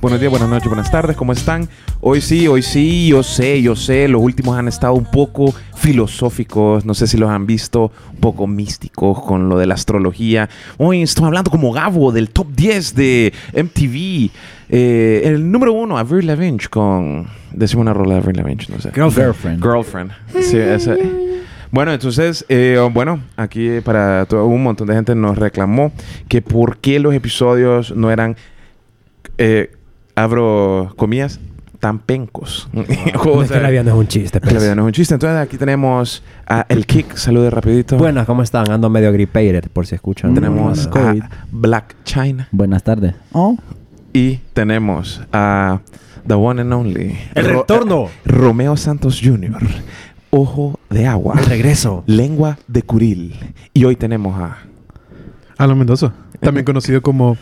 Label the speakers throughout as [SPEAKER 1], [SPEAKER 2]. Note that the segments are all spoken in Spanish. [SPEAKER 1] buenos días, buenas noches, buenas tardes, ¿cómo están? Hoy sí, hoy sí, yo sé, yo sé, los últimos han estado un poco filosóficos, no sé si los han visto, un poco místicos con lo de la astrología. Hoy estoy hablando como Gabo del top 10 de MTV. Eh, el número uno, Avril Lavigne con... Decime una rola de Avril Lavigne, no sé.
[SPEAKER 2] Girlfriend.
[SPEAKER 1] Girlfriend. Sí, esa- Bueno, entonces, eh, bueno, aquí para todo un montón de gente nos reclamó que por qué los episodios no eran, eh, abro comillas, tan pencos. O
[SPEAKER 3] Mm. No, es
[SPEAKER 1] sea,
[SPEAKER 3] que la vida no es un chiste.
[SPEAKER 1] la
[SPEAKER 3] pues.
[SPEAKER 1] vida no es un chiste. Entonces aquí tenemos a El Kick, salude rapidito.
[SPEAKER 3] Buenas, ¿cómo están? Ando medio gripated, por si escuchan.
[SPEAKER 1] tenemos a
[SPEAKER 3] Ah,
[SPEAKER 2] COVID.
[SPEAKER 1] Black China
[SPEAKER 4] Buenas tardes.
[SPEAKER 2] Oh.
[SPEAKER 1] y tenemos a The One and Only.
[SPEAKER 3] ¡El
[SPEAKER 1] Ro- eh,
[SPEAKER 3] retorno!
[SPEAKER 1] Romeo Santos Jr. Ojo de agua.
[SPEAKER 3] el regreso.
[SPEAKER 1] Lengua de Curil. Y hoy tenemos a...
[SPEAKER 5] Alan Mendoza,
[SPEAKER 1] Eh.
[SPEAKER 5] también conocido como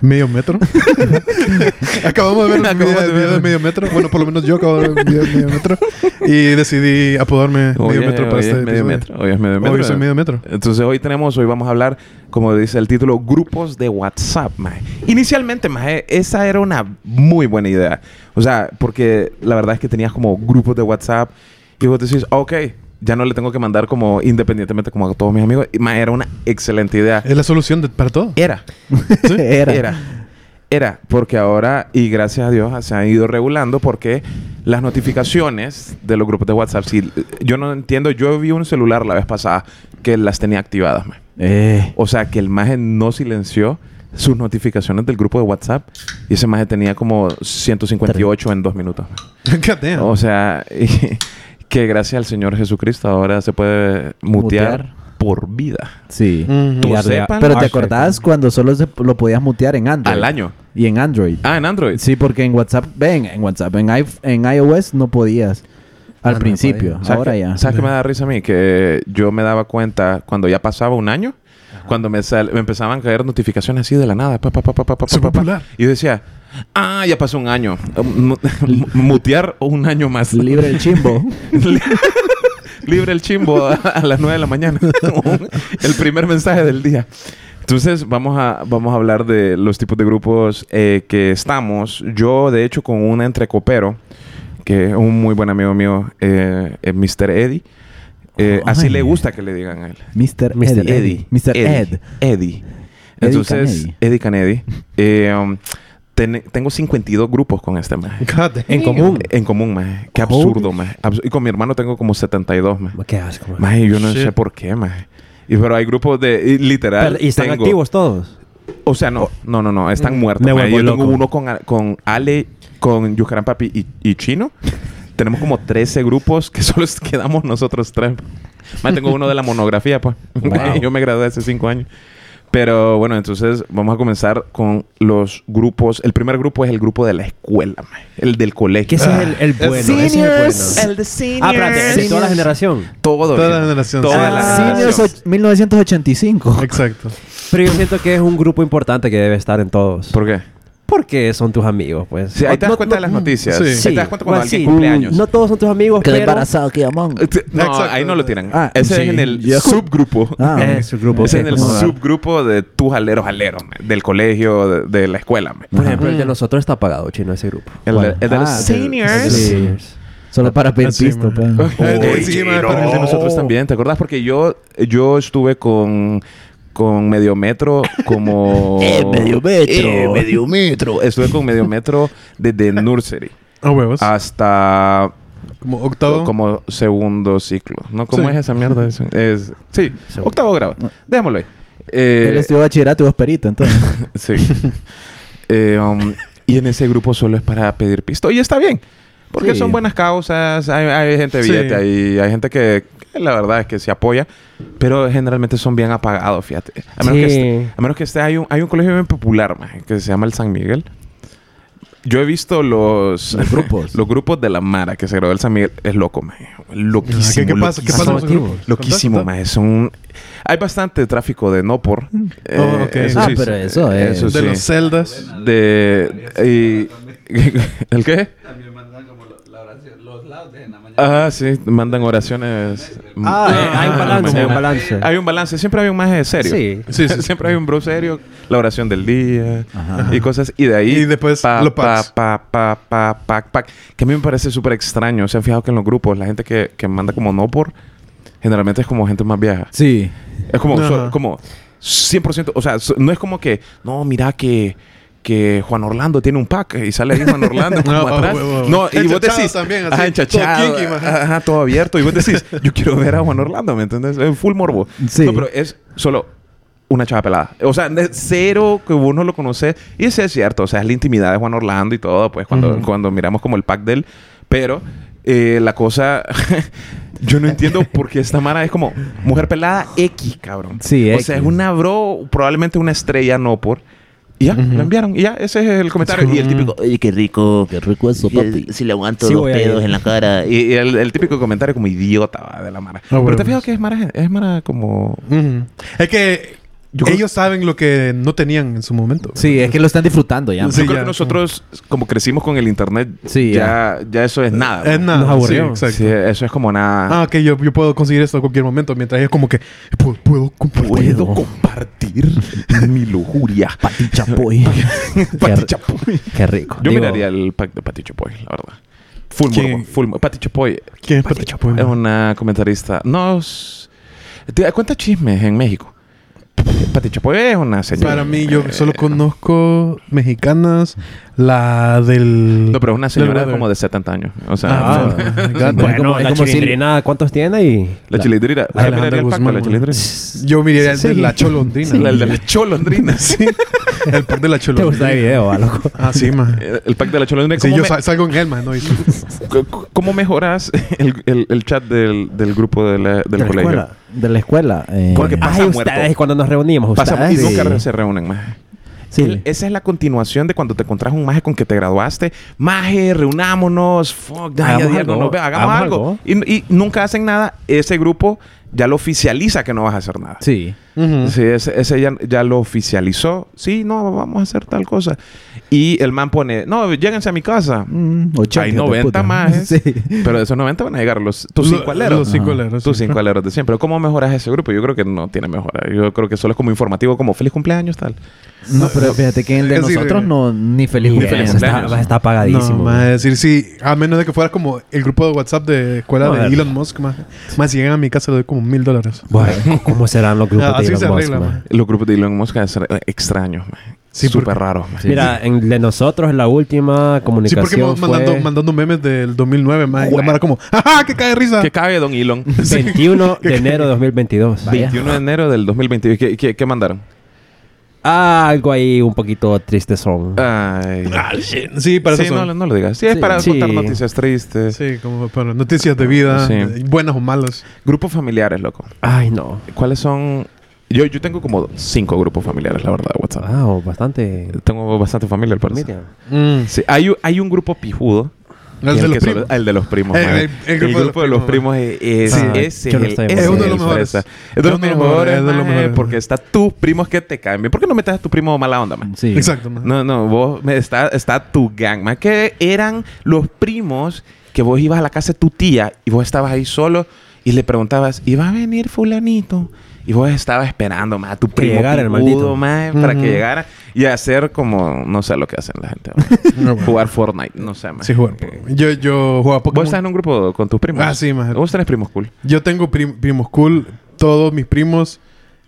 [SPEAKER 5] Medio Metro. Acabamos de ver un
[SPEAKER 1] Acabamos
[SPEAKER 5] video,
[SPEAKER 1] de
[SPEAKER 5] video de
[SPEAKER 1] ver.
[SPEAKER 5] Medio Metro. Bueno, por lo menos yo acabo de ver un video de Medio Metro. Y decidí apodarme
[SPEAKER 1] Hoy
[SPEAKER 5] Medio
[SPEAKER 1] es-
[SPEAKER 5] Metro para
[SPEAKER 1] hoy
[SPEAKER 5] este
[SPEAKER 1] es medio
[SPEAKER 5] episodio.
[SPEAKER 1] metro. Hoy es medio
[SPEAKER 5] Hoy
[SPEAKER 1] metro.
[SPEAKER 5] soy Medio Metro.
[SPEAKER 1] Entonces hoy tenemos, hoy vamos a hablar, como dice el título, grupos de WhatsApp, mae. Inicialmente, mae, esa era una muy buena idea. O sea, porque la verdad es que tenías como grupos de WhatsApp y vos decís, "Ah, ok, ya no le tengo que mandar como independientemente como a todos mis amigos. Y, mae, era una excelente idea.
[SPEAKER 5] Es la solución de- para todo.
[SPEAKER 1] Era.
[SPEAKER 5] Sí.
[SPEAKER 4] Era.
[SPEAKER 1] Era. Era, porque ahora, y gracias a Dios, se han ido regulando porque las notificaciones de los grupos de WhatsApp, si, yo no entiendo, yo vi un celular la vez pasada que las tenía activadas. mae.
[SPEAKER 4] Eh.
[SPEAKER 1] O sea, que el maje no silenció sus notificaciones del grupo de WhatsApp y ese maje tenía como 158 en dos minutos. mae.
[SPEAKER 5] God damn.
[SPEAKER 1] O sea, y- que gracias al Señor Jesucristo ahora se puede mutear,
[SPEAKER 4] Mutear.
[SPEAKER 1] por vida.
[SPEAKER 4] Sí.
[SPEAKER 5] Mhm.
[SPEAKER 1] Tú
[SPEAKER 3] Y darle a-
[SPEAKER 1] sepan,
[SPEAKER 4] Pero te
[SPEAKER 3] Hashtag.
[SPEAKER 4] acordás cuando solo se- lo podías mutear en Android.
[SPEAKER 1] al año.
[SPEAKER 4] Y en Android.
[SPEAKER 1] Ah, en Android.
[SPEAKER 4] Sí, porque en WhatsApp, ven, en WhatsApp, en, i- en iOS no podías. Al
[SPEAKER 3] Ah, no
[SPEAKER 4] principio,
[SPEAKER 1] ¿Sabes
[SPEAKER 4] ahora
[SPEAKER 1] qué-
[SPEAKER 4] ya.
[SPEAKER 1] ¿Sabes qué me da risa a mí? Que yo me daba cuenta cuando ya pasaba un año, cuando me, sal- me empezaban a caer notificaciones así de la nada. pa, pa, pa, pa, pa, pa, pa, pa, pa.
[SPEAKER 5] Superpopular.
[SPEAKER 1] Y yo decía, ah, ya pasó un año. Mu- Mutear un año más.
[SPEAKER 4] Libre el chimbo.
[SPEAKER 1] Libre el chimbo a, a las 9 de la mañana. el primer mensaje del día. Entonces, vamos a, vamos a hablar de los tipos de grupos eh, que estamos. Yo, de hecho, con una entrecopero, que es un muy buen amigo mío, eh, eh, Mr. Eddie. Eh,
[SPEAKER 4] Ay.
[SPEAKER 1] así le gusta que le digan a él.
[SPEAKER 4] Mr.
[SPEAKER 3] Mr.
[SPEAKER 4] Ed. Mr. Ed.
[SPEAKER 1] Eddie. Entonces,
[SPEAKER 4] Canedi.
[SPEAKER 1] Eddie Canedi. Eh, um, ten- tengo 52 grupos con este maje.
[SPEAKER 5] God damn.
[SPEAKER 3] En común.
[SPEAKER 1] En común, maje. Qué
[SPEAKER 3] Joder.
[SPEAKER 1] absurdo, maje. Abs- y con mi hermano tengo como 72, maje.
[SPEAKER 3] Qué asco. man.
[SPEAKER 1] Maje, yo no
[SPEAKER 5] Shit.
[SPEAKER 1] sé por qué, maje. Y pero hay grupos de y literal.
[SPEAKER 3] Pero- y están
[SPEAKER 1] tengo-
[SPEAKER 3] activos todos.
[SPEAKER 1] O sea, no, no, no, no, están muertos.
[SPEAKER 3] Me
[SPEAKER 1] maje. Yo
[SPEAKER 3] vuelvo
[SPEAKER 1] tengo
[SPEAKER 3] loco.
[SPEAKER 1] uno con, a- con Ale, con Yucaran Papi y, y Chino. Tenemos como 13 grupos que solo quedamos nosotros tres. Más tengo uno de la monografía, pues.
[SPEAKER 3] Wow.
[SPEAKER 1] Yo me gradué hace 5 años. Pero bueno, entonces vamos a comenzar con los grupos. El primer grupo es el grupo de la escuela, maje. el del colegio. Ah.
[SPEAKER 3] Que ese es el, el bueno. ese es el bueno.
[SPEAKER 1] de
[SPEAKER 3] Ah, espérate, de toda la generación.
[SPEAKER 1] Todo.
[SPEAKER 5] Toda
[SPEAKER 1] bien.
[SPEAKER 5] la generación.
[SPEAKER 1] Toda
[SPEAKER 5] Ah,
[SPEAKER 1] la
[SPEAKER 3] sí,
[SPEAKER 1] generación.
[SPEAKER 4] Seniors och- 1985.
[SPEAKER 5] Exacto.
[SPEAKER 3] Pero yo siento que es un grupo importante que debe estar en todos.
[SPEAKER 1] ¿Por qué?
[SPEAKER 3] Porque son tus amigos, pues.
[SPEAKER 1] Sí, ahí te das
[SPEAKER 3] No-
[SPEAKER 1] cuenta de
[SPEAKER 3] no-
[SPEAKER 1] las noticias.
[SPEAKER 5] sí.
[SPEAKER 1] Ahí te das cuenta cuando
[SPEAKER 3] Bueno,
[SPEAKER 1] alguien
[SPEAKER 3] sí. Mm.
[SPEAKER 1] cumple años. Este,
[SPEAKER 3] No todos son tus amigos,
[SPEAKER 4] Que
[SPEAKER 3] pero...
[SPEAKER 4] embarazado que llamamos.
[SPEAKER 1] No,
[SPEAKER 5] Exacto.
[SPEAKER 1] ahí no lo tiran.
[SPEAKER 4] Ah,
[SPEAKER 1] Ese es
[SPEAKER 4] sí.
[SPEAKER 1] en el
[SPEAKER 4] Ya.
[SPEAKER 1] subgrupo.
[SPEAKER 4] Ah,
[SPEAKER 3] Eh, su grupo.
[SPEAKER 1] Ese
[SPEAKER 3] ok.
[SPEAKER 1] es en el
[SPEAKER 4] Vamos a ver.
[SPEAKER 1] subgrupo de tus jaleros, jaleros, man, del colegio, de, de la escuela. man.
[SPEAKER 3] Por ejemplo, el de nosotros está apagado, chino, ese grupo.
[SPEAKER 1] El, de- el de los
[SPEAKER 4] Ah,
[SPEAKER 1] seniors.
[SPEAKER 4] sí. Solo para pedir
[SPEAKER 5] Así,
[SPEAKER 4] pisto,
[SPEAKER 5] man.
[SPEAKER 4] pues.
[SPEAKER 1] Oye,
[SPEAKER 5] Sí, man,
[SPEAKER 1] no.
[SPEAKER 5] para
[SPEAKER 1] el de
[SPEAKER 5] que-
[SPEAKER 1] nosotros también, ¿te acordás? Porque yo, yo estuve con, con medio metro como...
[SPEAKER 4] Eh, medio metro.
[SPEAKER 1] Eh, medio metro. Estuve con medio metro desde nursery
[SPEAKER 5] A huevos.
[SPEAKER 1] Pues, hasta
[SPEAKER 5] Como octavo.
[SPEAKER 1] Ah, como segundo ciclo. ¿No? ¿Cómo
[SPEAKER 5] Sí.
[SPEAKER 1] es esa mierda? Es, es- sí,
[SPEAKER 3] Segundo.
[SPEAKER 1] octavo grado. Démoslo ahí. Eh,
[SPEAKER 4] Él estudió bachillerato y vos perito, entonces.
[SPEAKER 1] Sí. Eh, um, y en ese grupo solo es para pedir pisto. Y está bien. Porque
[SPEAKER 4] Sí.
[SPEAKER 1] son buenas causas. Hay, hay gente
[SPEAKER 5] Sí.
[SPEAKER 1] billete ahí. Hay gente que, que la verdad es que se apoya. Pero generalmente son bien apagados, fíjate. A menos que,
[SPEAKER 3] Sí.
[SPEAKER 1] esté, a menos que esté... Hay un, hay un colegio bien popular, maje, que se llama el San Miguel. Yo he visto los...
[SPEAKER 4] Los grupos.
[SPEAKER 1] los grupos de la Mara que se graduó el San Miguel. Es loco, maje.
[SPEAKER 5] Ah,
[SPEAKER 1] Loquísimo.
[SPEAKER 5] ¿Qué, qué pasa? ¿Qué
[SPEAKER 1] loquísimo.
[SPEAKER 5] pasa en esos
[SPEAKER 3] Loquísimo.
[SPEAKER 5] grupos?
[SPEAKER 1] Loquísimo,
[SPEAKER 5] Contá, contá.
[SPEAKER 1] mae. Son... Hay bastante tráfico de no por.
[SPEAKER 3] Mm.
[SPEAKER 1] Eh,
[SPEAKER 3] Oh,
[SPEAKER 5] ok.
[SPEAKER 1] eso
[SPEAKER 4] Ah,
[SPEAKER 1] sí.
[SPEAKER 4] pero eso es-
[SPEAKER 1] Eso
[SPEAKER 5] De
[SPEAKER 1] sí.
[SPEAKER 5] los celdas.
[SPEAKER 1] De... y- ¿El qué?
[SPEAKER 2] la oración, los laudes en la mañana.
[SPEAKER 1] Ah, sí, mandan oraciones.
[SPEAKER 3] Ah, eh, hay un balance, hay un
[SPEAKER 1] mañana.
[SPEAKER 3] balance.
[SPEAKER 1] Hay un balance, siempre hay un más de serio.
[SPEAKER 3] Sí.
[SPEAKER 5] Sí, sí.
[SPEAKER 1] siempre hay un bro serio, la oración del día
[SPEAKER 4] Ajá.
[SPEAKER 1] y cosas. Y de ahí.
[SPEAKER 5] Y después los packs.
[SPEAKER 1] Pa, pa, pa, pa, pa, que a mí me parece súper extraño. Se han fijado que en los grupos, la gente que, que manda como no por, generalmente es como gente más vieja.
[SPEAKER 4] Sí.
[SPEAKER 1] Es como,
[SPEAKER 5] Ajá.
[SPEAKER 1] so- como 100%. O sea, so- no es como que, no, mira que, que Juan Orlando tiene un pack y sale ahí Juan Orlando como
[SPEAKER 5] No,
[SPEAKER 1] atrás.
[SPEAKER 5] huevo, huevo.
[SPEAKER 1] No, y vos
[SPEAKER 5] Enchachado
[SPEAKER 1] decís,
[SPEAKER 5] también, así,
[SPEAKER 1] ajá, enchachado,
[SPEAKER 5] todo kinky,
[SPEAKER 1] ajá,
[SPEAKER 5] ajá.
[SPEAKER 1] ajá, todo abierto. Y vos decís, yo quiero ver a Juan Orlando, ¿me entendés? Es full morbo.
[SPEAKER 4] Sí.
[SPEAKER 1] No, pero es solo una chava pelada. O sea, de cero que vos no lo conocés. Y sí es cierto, o sea, es la intimidad de Juan Orlando y todo, pues cuando,
[SPEAKER 5] Ujú.
[SPEAKER 1] cuando miramos como el pack de él. Pero eh, la cosa, yo no entiendo por qué esta mara es como mujer pelada X, cabrón.
[SPEAKER 4] Sí,
[SPEAKER 1] O
[SPEAKER 4] X.
[SPEAKER 1] sea, es una bro, probablemente una estrella no por. Y ya,
[SPEAKER 5] Ujú.
[SPEAKER 1] la enviaron. Y ya, ese es el comentario. Y el típico,
[SPEAKER 6] Oye, qué rico. Qué rico eso, papi. Si, le aguanto
[SPEAKER 3] Sí,
[SPEAKER 6] los
[SPEAKER 3] voy a
[SPEAKER 6] pedos
[SPEAKER 3] ir.
[SPEAKER 6] en la cara.
[SPEAKER 1] y, y el, el típico comentario como idiota va, de la mara. Pero
[SPEAKER 5] bueno,
[SPEAKER 1] te has fijado
[SPEAKER 5] pues.
[SPEAKER 1] que es mara, es mara como
[SPEAKER 5] Ujú. Es que
[SPEAKER 1] Yo creo-
[SPEAKER 5] ellos saben lo que no tenían en su momento.
[SPEAKER 4] Sí, es que lo están disfrutando ya. pues.
[SPEAKER 5] Sí,
[SPEAKER 1] Yo creo
[SPEAKER 5] ya.
[SPEAKER 1] que nosotros, como crecimos con el internet,
[SPEAKER 4] Sí,
[SPEAKER 1] ya, ya eso es nada.
[SPEAKER 5] Eh,
[SPEAKER 1] pues.
[SPEAKER 5] Es nada.
[SPEAKER 4] Nos aburrió.
[SPEAKER 5] Sí, exacto.
[SPEAKER 1] Sí, eso es como nada.
[SPEAKER 5] Ah, ok, yo, yo puedo conseguir esto en cualquier momento. Mientras ellos como que puedo, puedo compartir.
[SPEAKER 1] Puedo compartir mi lujuria.
[SPEAKER 4] Pati Chapoy.
[SPEAKER 1] Pati Chapoy.
[SPEAKER 4] Qué rico.
[SPEAKER 1] Yo
[SPEAKER 4] Digo,
[SPEAKER 1] miraría el pack de Pati Chapoy, la verdad. Full
[SPEAKER 5] ¿Quién?
[SPEAKER 1] morbo, full morbo. Pati Chapoy
[SPEAKER 5] ¿Quién es Pati Chapoy?
[SPEAKER 1] es una comentarista. Nos... ¿Te cuenta chismes en México? Pati Chapoy es una señora.
[SPEAKER 5] Para mí, yo
[SPEAKER 1] eh,
[SPEAKER 5] solo conozco mexicanas. La del...
[SPEAKER 1] Eh, No, pero es una señora
[SPEAKER 5] del-
[SPEAKER 1] como de 70 años. O sea...
[SPEAKER 5] Ah,
[SPEAKER 1] o sea,
[SPEAKER 5] ah,
[SPEAKER 3] Bueno,
[SPEAKER 4] como- es
[SPEAKER 3] la
[SPEAKER 4] como si-
[SPEAKER 3] chilindrina, ¿cuántos tiene? Y...
[SPEAKER 1] La chilindrina. Ah,
[SPEAKER 5] Alejandra
[SPEAKER 1] miraría el pack de
[SPEAKER 5] Guzmán,
[SPEAKER 1] la
[SPEAKER 5] ¿no?
[SPEAKER 1] chilindrina.
[SPEAKER 5] eh, Yo miraría el de la cholondrina.
[SPEAKER 1] Sí, la- el de la cholondrina, sí.
[SPEAKER 5] El pack de la
[SPEAKER 3] Te gusta
[SPEAKER 5] cholondrina.
[SPEAKER 3] el video, va, loco.
[SPEAKER 5] Ah, sí, man.
[SPEAKER 1] Eh, El pack de la cholondrina.
[SPEAKER 5] Sí,
[SPEAKER 1] ¿cómo
[SPEAKER 5] yo
[SPEAKER 1] me-
[SPEAKER 5] sa- salgo en Helma, ¿no? Y-
[SPEAKER 1] C- c- ¿Cómo mejoras el, el- el chat del, del grupo de la- del
[SPEAKER 4] de la
[SPEAKER 1] colegio?
[SPEAKER 4] escuela. De la escuela. eh,
[SPEAKER 1] Porque pasa
[SPEAKER 3] Ay,
[SPEAKER 1] muerto.
[SPEAKER 3] ustedes cuando nos reuníamos,
[SPEAKER 1] Pasa- y
[SPEAKER 3] ustedes.
[SPEAKER 4] sí.
[SPEAKER 1] nunca re- se reúnen más.
[SPEAKER 4] sí.
[SPEAKER 1] Esa es la continuación de cuando te encontrás un maje con que te graduaste. Maje, reunámonos, fuck, ya,
[SPEAKER 3] Hagamos
[SPEAKER 1] ya, ya,
[SPEAKER 3] algo,
[SPEAKER 1] no nos ve- hagamos,
[SPEAKER 3] hagamos
[SPEAKER 1] algo.
[SPEAKER 3] algo.
[SPEAKER 1] Y, y nunca hacen nada. Ese grupo ya lo oficializa que no vas a hacer nada.
[SPEAKER 4] Sí.
[SPEAKER 5] Ujú.
[SPEAKER 1] Sí, ese, ese ya, ya lo oficializó. Sí, no, vamos a hacer tal cosa. Y el man pone, no, lléguense a mi casa.
[SPEAKER 4] Mm, 80
[SPEAKER 1] Hay
[SPEAKER 4] de
[SPEAKER 1] 90
[SPEAKER 4] puta.
[SPEAKER 1] más.
[SPEAKER 4] Sí.
[SPEAKER 1] Pero de esos 90 van a llegar los, tus
[SPEAKER 5] pues, Lo-
[SPEAKER 1] cinco aleros.
[SPEAKER 5] Los cinco aleros.
[SPEAKER 1] Tus
[SPEAKER 5] sí.
[SPEAKER 1] cinco aleros de siempre. ¿Cómo mejoras ese grupo? Yo creo que no tiene mejora. Yo creo que solo es como informativo, como feliz cumpleaños, tal.
[SPEAKER 4] No, pero fíjate que el de
[SPEAKER 5] Es decir,
[SPEAKER 4] nosotros no, ni feliz
[SPEAKER 1] Ni
[SPEAKER 4] cumpleaños.
[SPEAKER 1] feliz
[SPEAKER 3] Está,
[SPEAKER 1] cumpleaños.
[SPEAKER 3] va- está apagadísimo.
[SPEAKER 5] No, más decir, sí, a menos de que fueras como el grupo de WhatsApp de escuela
[SPEAKER 3] Joder.
[SPEAKER 5] de Elon Musk, más, más si llegan a mi casa le doy como mil dólares.
[SPEAKER 3] Bueno, ¿cómo serán los grupos
[SPEAKER 5] Ah,
[SPEAKER 3] de
[SPEAKER 5] así se
[SPEAKER 3] Elon Musk,
[SPEAKER 5] arregla,
[SPEAKER 3] man?
[SPEAKER 5] man.
[SPEAKER 1] Los grupos de Elon Musk es eh, extraño. man.
[SPEAKER 5] Sí,
[SPEAKER 1] Súper
[SPEAKER 5] porque-
[SPEAKER 1] raro. man.
[SPEAKER 3] Mira, en de nosotros la última
[SPEAKER 5] Sí,
[SPEAKER 3] comunicación
[SPEAKER 5] porque mo-
[SPEAKER 3] fue
[SPEAKER 5] mandando, mandando memes del 2009, más, y la mara como, ¡ajá! ¡Que cae de risa!
[SPEAKER 1] Que cabe Don Elon.
[SPEAKER 3] 21 de enero de 2022.
[SPEAKER 1] 21 de enero del 2020. ¿Qué, qué, qué mandaron?
[SPEAKER 3] Ah, algo ahí un poquito triste son.
[SPEAKER 1] Ay.
[SPEAKER 5] Ah, shit. Sí, para
[SPEAKER 1] sí,
[SPEAKER 5] eso.
[SPEAKER 1] no,
[SPEAKER 5] son.
[SPEAKER 1] lo- no lo digas. Sí, es
[SPEAKER 3] Sí.
[SPEAKER 1] para
[SPEAKER 3] Sí.
[SPEAKER 1] contar noticias tristes.
[SPEAKER 5] Sí, como para noticias de vida,
[SPEAKER 1] Sí.
[SPEAKER 5] eh, buenas o malas.
[SPEAKER 1] Grupos familiares, loco.
[SPEAKER 3] Ay, no.
[SPEAKER 1] ¿Cuáles son...? Yo, yo tengo como cinco grupos familiares, la verdad, de WhatsApp.
[SPEAKER 3] Wow, Ah, bastante.
[SPEAKER 1] Tengo bastante familia, al parecer.
[SPEAKER 3] Mira.
[SPEAKER 1] Sí, hay, un- hay un grupo pijudo
[SPEAKER 5] El
[SPEAKER 1] Y
[SPEAKER 5] de los
[SPEAKER 1] Mm. que solo-
[SPEAKER 5] primos.
[SPEAKER 1] el de los primos.
[SPEAKER 5] El-
[SPEAKER 1] man.
[SPEAKER 5] el-
[SPEAKER 1] El,
[SPEAKER 5] el
[SPEAKER 1] grupo, de los primos, es,
[SPEAKER 3] Sí.
[SPEAKER 1] es- ese
[SPEAKER 3] Yo no
[SPEAKER 1] es,
[SPEAKER 3] estoy
[SPEAKER 1] el- ese
[SPEAKER 3] de acuerdo.
[SPEAKER 1] es
[SPEAKER 5] Es uno de
[SPEAKER 1] el
[SPEAKER 5] los mejores.
[SPEAKER 1] fresa. Es de los
[SPEAKER 5] Es uno de los
[SPEAKER 1] mejores,
[SPEAKER 5] mejores, ah, es de los
[SPEAKER 1] maje,
[SPEAKER 5] mejores.
[SPEAKER 1] porque está tus primos que te caen bien. ¿Por qué no metes a tu primo mala onda, man?
[SPEAKER 4] Sí.
[SPEAKER 5] Exacto, man.
[SPEAKER 1] No, no, vos me- está, está tu gang, man. Que eran los primos que vos ibas a la casa de tu tía y vos estabas ahí solo y le preguntabas, ¿y va a venir fulanito? Y vos estabas esperando, más a tu primo
[SPEAKER 3] llegara el
[SPEAKER 1] picudo,
[SPEAKER 3] maldito.
[SPEAKER 1] maje, para que
[SPEAKER 5] Ujú.
[SPEAKER 1] llegara y hacer como, no sé lo que hacen la gente. man.
[SPEAKER 5] No, man.
[SPEAKER 1] Jugar Fortnite, no sé, más.
[SPEAKER 5] Sí, jugar. Yo, yo jugaba Pokémon.
[SPEAKER 1] Vos estás en un grupo con tus primos.
[SPEAKER 5] Ah, sí, man.
[SPEAKER 1] Vos tenés primos cool.
[SPEAKER 5] Yo tengo prim- primos cool. Todos mis primos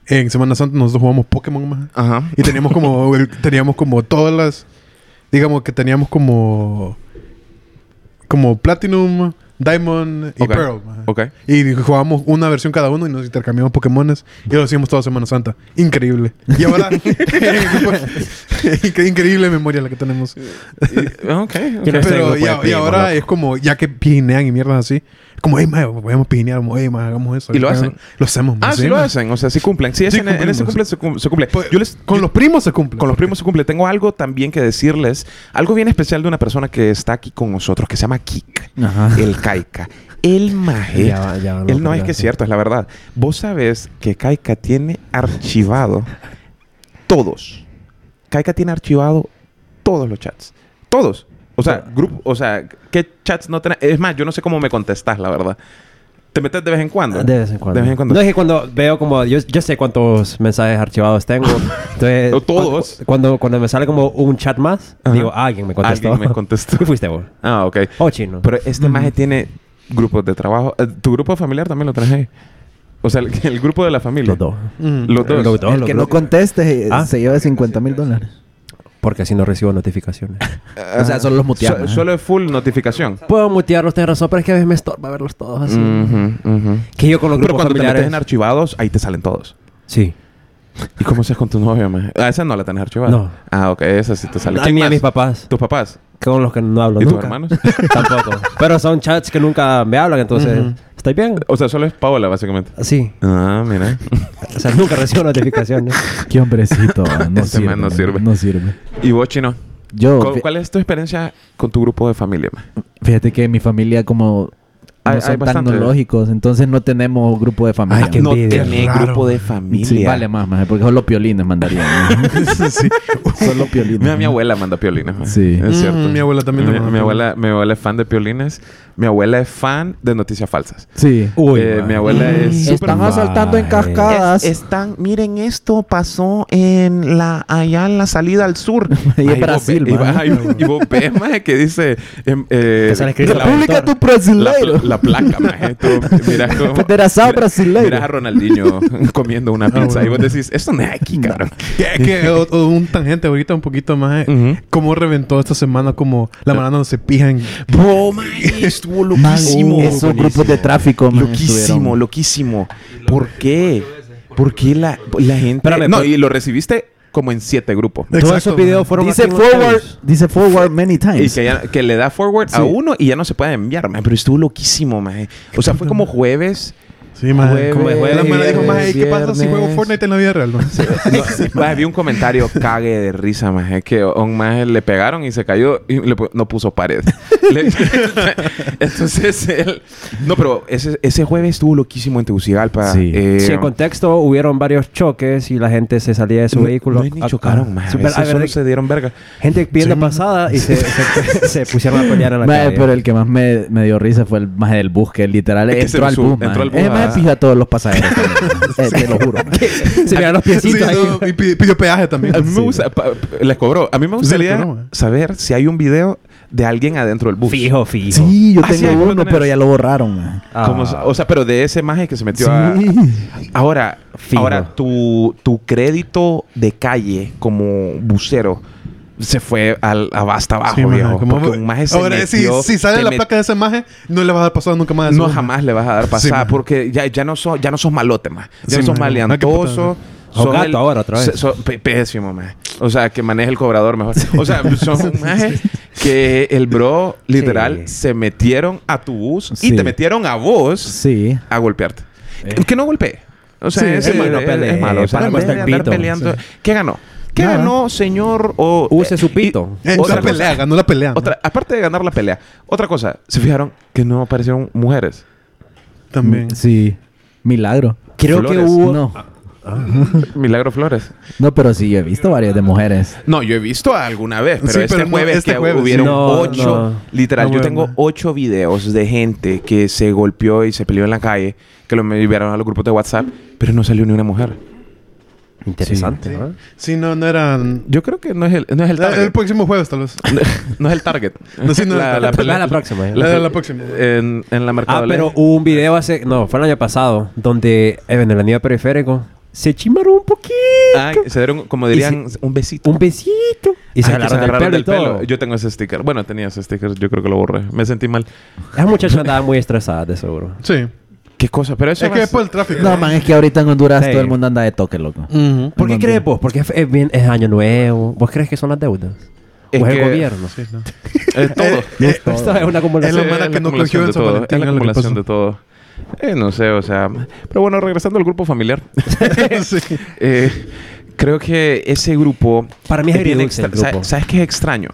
[SPEAKER 5] en Semana Santa nosotros jugamos Pokémon más.
[SPEAKER 1] Ajá.
[SPEAKER 5] Y teníamos como el- teníamos como todas las digamos que teníamos como como Platinum, Diamond y
[SPEAKER 1] Ok.
[SPEAKER 5] Pearl. maje.
[SPEAKER 1] Ok.
[SPEAKER 5] Y jugábamos una versión cada uno y nos intercambiamos Pokémones y lo hacíamos toda Semana Santa. Increíble. Y ahora Incre- increíble memoria la que tenemos.
[SPEAKER 1] Y- Ah, ok. ok.
[SPEAKER 3] no sé,
[SPEAKER 5] Pero
[SPEAKER 3] grupo de
[SPEAKER 5] ya, y
[SPEAKER 3] primos,
[SPEAKER 5] ahora
[SPEAKER 3] loco.
[SPEAKER 5] es como, ya que pijinean y mierdas así, como, hey, maje, podemos pijinear, como, hey, maje, hagamos eso.
[SPEAKER 1] ¿Y lo hacen?
[SPEAKER 5] Lo hacemos,
[SPEAKER 1] Ah,
[SPEAKER 5] maje,
[SPEAKER 1] sí, lo hacen. O sea, sí cumplen. Sí, es
[SPEAKER 5] Sí
[SPEAKER 1] en, en ese cumple
[SPEAKER 5] cumplimos.
[SPEAKER 1] se, cum- se cumple.
[SPEAKER 5] Pues,
[SPEAKER 1] Yo les,
[SPEAKER 5] Con
[SPEAKER 1] yo-
[SPEAKER 5] los primos se cumple.
[SPEAKER 1] con los primos se cumple. Tengo algo también que decirles. Algo bien especial de una persona que está aquí con nosotros que se llama Kik.
[SPEAKER 4] Ajá.
[SPEAKER 1] El Kaika. El maje.
[SPEAKER 3] Ah. Ya va- ya va,
[SPEAKER 1] Él no es
[SPEAKER 3] ya.
[SPEAKER 1] que es cierto, es la verdad. Vos sabés que Kaika tiene archivado todos. Kaika tiene archivado todos los chats. Todos. O sea, grupo, o sea, ¿qué chats no tenés? Es más, yo no sé cómo me contestás, la verdad. ¿Te metes de vez en cuando?
[SPEAKER 3] De vez en cuando.
[SPEAKER 1] De vez en cuando.
[SPEAKER 3] No es que cuando veo como. Yo, yo sé cuántos mensajes archivados tengo. Entonces,
[SPEAKER 1] O todos.
[SPEAKER 3] cu- Cuando, cuando me sale como un chat más,
[SPEAKER 1] Ajá.
[SPEAKER 3] digo, "Ah, alguien me contestó.
[SPEAKER 1] Alguien me contestó.
[SPEAKER 3] Y fuiste vos.
[SPEAKER 1] Ah, ok.
[SPEAKER 3] O chino.
[SPEAKER 1] Pero este maje tiene grupos de trabajo. Eh, ¿Tu grupo familiar también lo traes ahí? O sea, el, el grupo de la familia.
[SPEAKER 3] Los dos.
[SPEAKER 5] Mm.
[SPEAKER 1] Los dos.
[SPEAKER 3] Los dos.
[SPEAKER 4] El que no
[SPEAKER 3] los-
[SPEAKER 4] conteste eh,
[SPEAKER 3] Ah.
[SPEAKER 4] se lleva 50 mil dólares.
[SPEAKER 3] Porque así no recibo notificaciones.
[SPEAKER 1] Ajá.
[SPEAKER 4] O sea, solo los muteamos,
[SPEAKER 1] Eh, So-
[SPEAKER 4] ajá.
[SPEAKER 1] solo es full notificación.
[SPEAKER 3] Puedo mutearlos, tenés razón, pero es que a veces me estorba verlos todos así.
[SPEAKER 1] Ujú, ujú.
[SPEAKER 3] Que yo con los
[SPEAKER 1] Pero
[SPEAKER 3] grupos
[SPEAKER 1] cuando te
[SPEAKER 3] familiares...
[SPEAKER 1] metes en archivados, ahí te salen todos.
[SPEAKER 3] Sí.
[SPEAKER 1] ¿Y cómo haces con tu novia, maje? Ah, esa no la tenés archivada.
[SPEAKER 3] No.
[SPEAKER 1] Ah, ok, esa sí te sale.
[SPEAKER 3] A
[SPEAKER 1] ¿Quién
[SPEAKER 3] mí y a
[SPEAKER 1] más?
[SPEAKER 3] mis papás.
[SPEAKER 1] ¿Tus papás?
[SPEAKER 3] Con los que no hablo
[SPEAKER 1] ¿Y tus
[SPEAKER 3] nunca.
[SPEAKER 1] hermanos?
[SPEAKER 3] Tampoco. Pero son chats que nunca me hablan, entonces...
[SPEAKER 5] Ujú.
[SPEAKER 3] ¿Estoy bien?
[SPEAKER 1] O sea, solo es Paola, básicamente.
[SPEAKER 3] Sí.
[SPEAKER 1] Ah, mira.
[SPEAKER 3] O sea, nunca recibo notificaciones.
[SPEAKER 4] Qué hombrecito. ah, No
[SPEAKER 1] Este
[SPEAKER 4] sirve.
[SPEAKER 1] man no sirve.
[SPEAKER 4] No sirve.
[SPEAKER 1] ¿Y vos, Chino?
[SPEAKER 4] Yo,
[SPEAKER 1] ¿Cu-
[SPEAKER 4] fí-
[SPEAKER 1] ¿Cuál es tu experiencia con tu grupo de familia, maje?
[SPEAKER 4] fíjate que mi familia como... No
[SPEAKER 1] Hay-
[SPEAKER 4] son
[SPEAKER 1] hay bastante.
[SPEAKER 4] tecnológicos, entonces no tenemos grupo de familia.
[SPEAKER 3] Ay, qué
[SPEAKER 1] no
[SPEAKER 3] envidia.
[SPEAKER 1] tenés
[SPEAKER 5] Raro.
[SPEAKER 1] grupo de
[SPEAKER 4] Sí,
[SPEAKER 1] familia.
[SPEAKER 4] vale más, maje, porque solo piolines mandarían. ¿no?
[SPEAKER 5] sí.
[SPEAKER 4] solo piolines.
[SPEAKER 1] Mira, mi abuela manda piolines. ma.
[SPEAKER 4] Sí.
[SPEAKER 1] Es cierto.
[SPEAKER 5] Mm, mi abuela también
[SPEAKER 1] Mi,
[SPEAKER 5] manda
[SPEAKER 1] mi abuela, mi abuela es fan de piolines. Mi abuela es fan de noticias falsas.
[SPEAKER 4] Sí.
[SPEAKER 3] Uy,
[SPEAKER 1] Eh,
[SPEAKER 3] man.
[SPEAKER 1] mi abuela es súper
[SPEAKER 4] Están
[SPEAKER 1] fan.
[SPEAKER 4] asaltando en
[SPEAKER 3] Ay.
[SPEAKER 4] cascadas.
[SPEAKER 1] están, miren esto pasó en la allá en la salida al sur.
[SPEAKER 4] Ahí es
[SPEAKER 1] vos
[SPEAKER 4] Brasil,
[SPEAKER 1] ve- y,
[SPEAKER 4] man.
[SPEAKER 1] va- ay, y vos ves, maje, que dice em, eh,
[SPEAKER 3] Que sale escrito
[SPEAKER 1] la,
[SPEAKER 3] la-
[SPEAKER 4] República
[SPEAKER 3] autor.
[SPEAKER 4] tu
[SPEAKER 1] la,
[SPEAKER 4] brasileiro.
[SPEAKER 1] la placa, maje. Tú miras como-
[SPEAKER 4] Federação
[SPEAKER 1] mira-
[SPEAKER 4] Brasileira.
[SPEAKER 1] miras a Ronaldinho comiendo una pizza y vos decís, esto no es aquí, cabrón.
[SPEAKER 5] Que, que o- o un tangente ahorita un poquito más.
[SPEAKER 1] Ujú.
[SPEAKER 5] ¿Cómo reventó esta semana como la manada no se pija en...
[SPEAKER 1] Bro, maje, estuvo
[SPEAKER 4] Man,
[SPEAKER 1] loquísimo.
[SPEAKER 4] Uh, esos grupos de tráfico, man,
[SPEAKER 1] Loquísimo,
[SPEAKER 4] estuvieron.
[SPEAKER 1] loquísimo. ¿Por qué? ¿Por qué la, la gente...?
[SPEAKER 3] Espérame,
[SPEAKER 1] no,
[SPEAKER 3] pero-
[SPEAKER 1] y lo recibiste como en siete grupos.
[SPEAKER 5] Exacto,
[SPEAKER 3] Todos esos videos
[SPEAKER 5] man.
[SPEAKER 3] fueron
[SPEAKER 4] Dice
[SPEAKER 3] aquí en
[SPEAKER 4] forward,
[SPEAKER 3] Ontario.
[SPEAKER 4] dice forward many
[SPEAKER 1] Y
[SPEAKER 4] times.
[SPEAKER 1] que, ya- que le da forward a uno y ya no se puede enviar, maje. Pero estuvo loquísimo, maje. O sea, fue como jueves.
[SPEAKER 5] Sí, más
[SPEAKER 1] Jueves,
[SPEAKER 5] La manada dijo,
[SPEAKER 1] viernes,
[SPEAKER 5] más ¿qué pasa si juego
[SPEAKER 1] viernes.
[SPEAKER 5] Fortnite en la vida real? man?"
[SPEAKER 1] Maje, vi un comentario cague de risa, maje. Que a un maje le pegaron y se cayó y le pu- no puso pared. Le- Entonces, él... No, pero ese, ese jueves estuvo loquísimo en Tegucigalpa.
[SPEAKER 4] Sí.
[SPEAKER 1] Eh,
[SPEAKER 3] Sí, en contexto hubieron varios choques y la gente se salía de su
[SPEAKER 1] no-
[SPEAKER 3] vehículo.
[SPEAKER 1] No, es ni
[SPEAKER 3] Ah,
[SPEAKER 1] chocaron,
[SPEAKER 3] ah,
[SPEAKER 1] maje.
[SPEAKER 3] super-
[SPEAKER 1] Ese
[SPEAKER 3] ah,
[SPEAKER 1] solo
[SPEAKER 3] verdad,
[SPEAKER 1] se dieron verga.
[SPEAKER 3] Gente viendo pasada y se, se- se pusieron a pelear en la
[SPEAKER 4] Mae,
[SPEAKER 3] calle.
[SPEAKER 4] pero el que más me, me dio risa fue el más del bus, que literal
[SPEAKER 1] Es que se
[SPEAKER 4] entró, al
[SPEAKER 1] su-
[SPEAKER 4] bus, mae.
[SPEAKER 1] entró al bus,
[SPEAKER 4] Ese mae
[SPEAKER 1] ah.
[SPEAKER 4] pija a todos los pasajeros. también. Eh, te lo juro. mae.
[SPEAKER 3] se miran los
[SPEAKER 5] Sí,
[SPEAKER 3] piecitos ahí.
[SPEAKER 5] no, y pi- pidió peaje también.
[SPEAKER 1] A mí me gusta, pa- pa- les cobró. A mí me gustaría
[SPEAKER 5] les cobró, eh.
[SPEAKER 1] saber si hay un video de alguien adentro del bus.
[SPEAKER 3] Fijo, fijo.
[SPEAKER 4] Sí, yo
[SPEAKER 1] Ah, sí,
[SPEAKER 4] tengo
[SPEAKER 1] ahí lo
[SPEAKER 4] uno,
[SPEAKER 1] tenés.
[SPEAKER 4] pero ya lo borraron. mae.
[SPEAKER 3] Ah,
[SPEAKER 1] Como- o sea, pero de ese maje que se metió a... Ahora,
[SPEAKER 3] Fijo.
[SPEAKER 1] ahora tu, tu crédito de calle como bucero se fue al, a basta abajo,
[SPEAKER 5] Sí, maje,
[SPEAKER 1] viejo.
[SPEAKER 5] como-
[SPEAKER 1] porque un maje se
[SPEAKER 5] Ahora,
[SPEAKER 1] metió,
[SPEAKER 5] si, si sale
[SPEAKER 1] te
[SPEAKER 5] la
[SPEAKER 1] met-
[SPEAKER 5] placa de ese maje, no le vas a dar pasado nunca más. a ese
[SPEAKER 1] No
[SPEAKER 5] maje.
[SPEAKER 1] jamás le vas a dar
[SPEAKER 5] Sí,
[SPEAKER 1] pasada
[SPEAKER 5] maje.
[SPEAKER 1] porque ya, ya, no sos, ya no sos malote, maje. Ya
[SPEAKER 5] Sí,
[SPEAKER 1] no sos
[SPEAKER 5] maje.
[SPEAKER 1] maleantoso.
[SPEAKER 5] Ah,
[SPEAKER 3] O gato ahora, otra vez.
[SPEAKER 1] se- so- pe- pésimo, maje. O sea, que maneje el cobrador mejor. O sea, son un maje que el bro, literal,
[SPEAKER 3] Sí.
[SPEAKER 1] se metieron a tu bus y
[SPEAKER 4] Sí.
[SPEAKER 1] te metieron a vos
[SPEAKER 4] Sí.
[SPEAKER 1] a golpearte. Que- Que no golpee. O sea,
[SPEAKER 5] Sí,
[SPEAKER 1] es,
[SPEAKER 5] es
[SPEAKER 1] es-
[SPEAKER 5] malo,
[SPEAKER 1] es
[SPEAKER 3] pelee,
[SPEAKER 1] malo. O sea,
[SPEAKER 3] para
[SPEAKER 1] en vez
[SPEAKER 3] mostrar
[SPEAKER 1] de andar
[SPEAKER 3] pito.
[SPEAKER 1] peleando. ¿Qué ganó? ¿Qué
[SPEAKER 4] Nada.
[SPEAKER 1] ganó, señor? O,
[SPEAKER 3] Use su pito.
[SPEAKER 1] y-
[SPEAKER 5] Eh,
[SPEAKER 1] otra
[SPEAKER 5] la
[SPEAKER 1] cosa.
[SPEAKER 5] pelea, ganó la pelea. ¿no?
[SPEAKER 1] Otra, aparte de ganar la pelea, otra cosa, ¿se fijaron que no aparecieron mujeres? Mm,
[SPEAKER 5] También.
[SPEAKER 4] Sí. Milagro.
[SPEAKER 3] Mm. Creo
[SPEAKER 1] Flores.
[SPEAKER 3] que hubo...
[SPEAKER 4] No.
[SPEAKER 1] Milagro Flores.
[SPEAKER 4] No, pero sí, yo he visto varias de mujeres.
[SPEAKER 1] No, yo he visto alguna vez, pero
[SPEAKER 5] Sí,
[SPEAKER 1] este
[SPEAKER 5] pero no,
[SPEAKER 1] jueves
[SPEAKER 5] este
[SPEAKER 1] que
[SPEAKER 5] jueves,
[SPEAKER 1] hubieron
[SPEAKER 3] sí. No,
[SPEAKER 1] ocho,
[SPEAKER 3] no.
[SPEAKER 1] literal,
[SPEAKER 5] No,
[SPEAKER 1] yo
[SPEAKER 5] bueno.
[SPEAKER 1] tengo ocho videos de gente que se golpeó y se peleó en la calle, que lo enviaron a los grupos de WhatsApp, pero no salió ni una mujer.
[SPEAKER 3] Interesante,
[SPEAKER 5] Sí.
[SPEAKER 3] ¿no?
[SPEAKER 5] Sí, no, no eran.
[SPEAKER 1] Yo creo que no es el, no es el
[SPEAKER 5] La- El,
[SPEAKER 1] target.
[SPEAKER 5] próximo jueves, tal vez.
[SPEAKER 1] no es el target.
[SPEAKER 5] No, sí, no,
[SPEAKER 1] la,
[SPEAKER 5] el
[SPEAKER 1] la,
[SPEAKER 5] target.
[SPEAKER 1] pelea-
[SPEAKER 3] Ah, la próxima, ya.
[SPEAKER 5] La de la próxima.
[SPEAKER 1] En, en la
[SPEAKER 3] Ah,
[SPEAKER 1] mercado
[SPEAKER 3] pero hubo un video hace... No, fue el año pasado. Donde eh, en el anillo periférico se chimaron un poquito.
[SPEAKER 1] Ah, se dieron, como dirían, un besito.
[SPEAKER 3] Un besito. Y se
[SPEAKER 1] Ah, que
[SPEAKER 3] agarraron del pelo y todo.
[SPEAKER 1] Yo tengo ese sticker. Bueno, tenía ese sticker. Yo creo que lo borré. Me sentí mal.
[SPEAKER 3] Las muchachas andaban muy estresadas, de seguro.
[SPEAKER 5] Sí.
[SPEAKER 1] ¿Qué cosa? Pero eso
[SPEAKER 5] Es que pues, es por el tráfico.
[SPEAKER 4] No, man, es que ahorita en Honduras
[SPEAKER 3] Sí.
[SPEAKER 4] todo el mundo anda de toque, loco.
[SPEAKER 3] Mm.
[SPEAKER 5] Ujú.
[SPEAKER 3] ¿Por qué
[SPEAKER 4] Mandó.
[SPEAKER 3] crees vos? Porque es, es bien- es año nuevo. ¿Vos crees que son las deudas?
[SPEAKER 1] Es
[SPEAKER 3] ¿O es el
[SPEAKER 1] que-
[SPEAKER 3] gobierno?
[SPEAKER 5] Sí, no.
[SPEAKER 1] Es todo.
[SPEAKER 4] Es todo.
[SPEAKER 3] Esto es una
[SPEAKER 5] eh, Es la
[SPEAKER 3] acumulación.
[SPEAKER 1] Sí,
[SPEAKER 5] mala que no
[SPEAKER 1] acumulación
[SPEAKER 5] cogió en
[SPEAKER 1] de
[SPEAKER 5] San
[SPEAKER 1] todo,
[SPEAKER 5] Valentín,
[SPEAKER 1] Es la
[SPEAKER 5] algo le
[SPEAKER 1] acumulación
[SPEAKER 5] pasó.
[SPEAKER 1] de todo. Eh, no sé, o sea... Pero bueno, regresando al grupo familiar.
[SPEAKER 5] sí.
[SPEAKER 1] eh, creo que ese grupo...
[SPEAKER 3] Para mí es
[SPEAKER 1] bien
[SPEAKER 3] agridulce el
[SPEAKER 1] extra- ¿Sabes-
[SPEAKER 3] grupo.
[SPEAKER 1] ¿Sabes qué es extraño?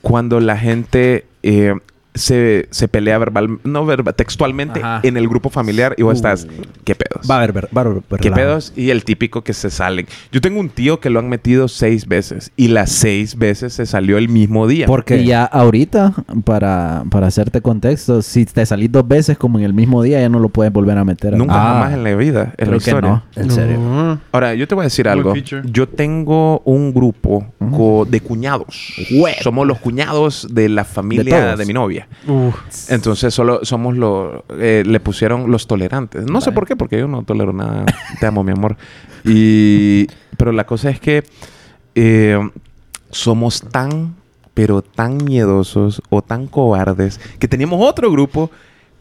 [SPEAKER 1] Cuando la gente... eh, se, se pelea verbal, no verba, textualmente
[SPEAKER 3] Ajá. Uh,
[SPEAKER 1] en el grupo familiar y vos estás, ¿qué pedos?
[SPEAKER 3] Va a haber, ver- va a haber
[SPEAKER 1] ¿Qué
[SPEAKER 3] relajo.
[SPEAKER 1] pedos? Y el típico que se salen. Yo tengo un tío que lo han metido seis veces y las seis veces se salió el mismo día.
[SPEAKER 3] ¿Por qué?
[SPEAKER 4] Y ya ahorita, para, para hacerte contexto, si te salís dos veces como en el mismo día, ya no lo puedes volver a meter.
[SPEAKER 1] Nunca
[SPEAKER 3] Ah.
[SPEAKER 1] jamás en la vida, en la
[SPEAKER 4] Creo que
[SPEAKER 1] historia.
[SPEAKER 4] no. En serio.
[SPEAKER 5] No.
[SPEAKER 1] Ahora, yo te voy a decir
[SPEAKER 5] Buen
[SPEAKER 1] algo.
[SPEAKER 5] feature.
[SPEAKER 1] Yo tengo un grupo co- de cuñados. Somos los cuñados de la familia de,
[SPEAKER 4] todos.
[SPEAKER 1] mi novia.
[SPEAKER 5] Uf.
[SPEAKER 1] Entonces, solo somos los... eh, le pusieron los tolerantes. No sé por qué, porque yo no tolero nada. Te amo, mi amor. Y... Pero la cosa es que... eh, somos tan, pero tan miedosos o tan cobardes que teníamos otro grupo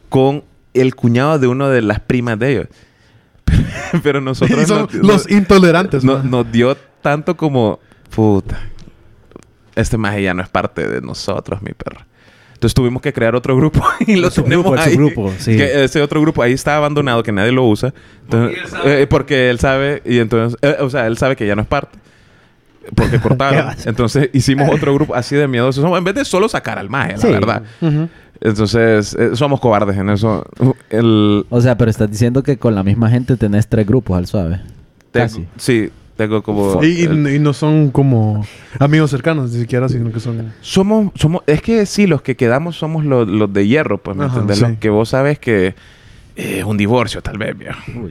[SPEAKER 1] con el cuñado de una de las primas de ellos. Pero nosotros...
[SPEAKER 5] Son
[SPEAKER 1] no-
[SPEAKER 5] los intolerantes.
[SPEAKER 1] no-
[SPEAKER 5] ma.
[SPEAKER 1] nos dio tanto como, puta, este maje ya no es parte de nosotros, mi perro. Entonces tuvimos que crear otro grupo y lo
[SPEAKER 3] Otro
[SPEAKER 1] tenemos
[SPEAKER 3] grupo, el
[SPEAKER 1] ahí.
[SPEAKER 3] subgrupo, sí.
[SPEAKER 1] Que ese otro grupo ahí está abandonado, que nadie lo usa. Entonces, eh,
[SPEAKER 2] él
[SPEAKER 1] porque, él
[SPEAKER 2] sabe.
[SPEAKER 1] sabe y entonces, eh, o sea, él sabe que ya no es parte. Porque cortaron. entonces hicimos otro grupo así de miedosos. En vez de solo sacar al maje,
[SPEAKER 4] Sí.
[SPEAKER 1] la verdad.
[SPEAKER 5] Ujú.
[SPEAKER 1] Entonces, eh, somos cobardes en eso. El,
[SPEAKER 4] O sea, pero estás diciendo que con la misma gente tenés tres grupos al suave.
[SPEAKER 1] tengo-
[SPEAKER 4] Casi.
[SPEAKER 1] sí, tengo como...
[SPEAKER 5] Y, y-
[SPEAKER 1] el-
[SPEAKER 5] y no son como amigos cercanos, ni siquiera, sino que son.
[SPEAKER 1] Somos, somos, es que sí, los que quedamos somos los, los de hierro, pues, ¿me
[SPEAKER 5] Ajá,
[SPEAKER 1] entendés?
[SPEAKER 5] sí.
[SPEAKER 1] Los que vos sabes que eh, es un divorcio, tal vez, viejo.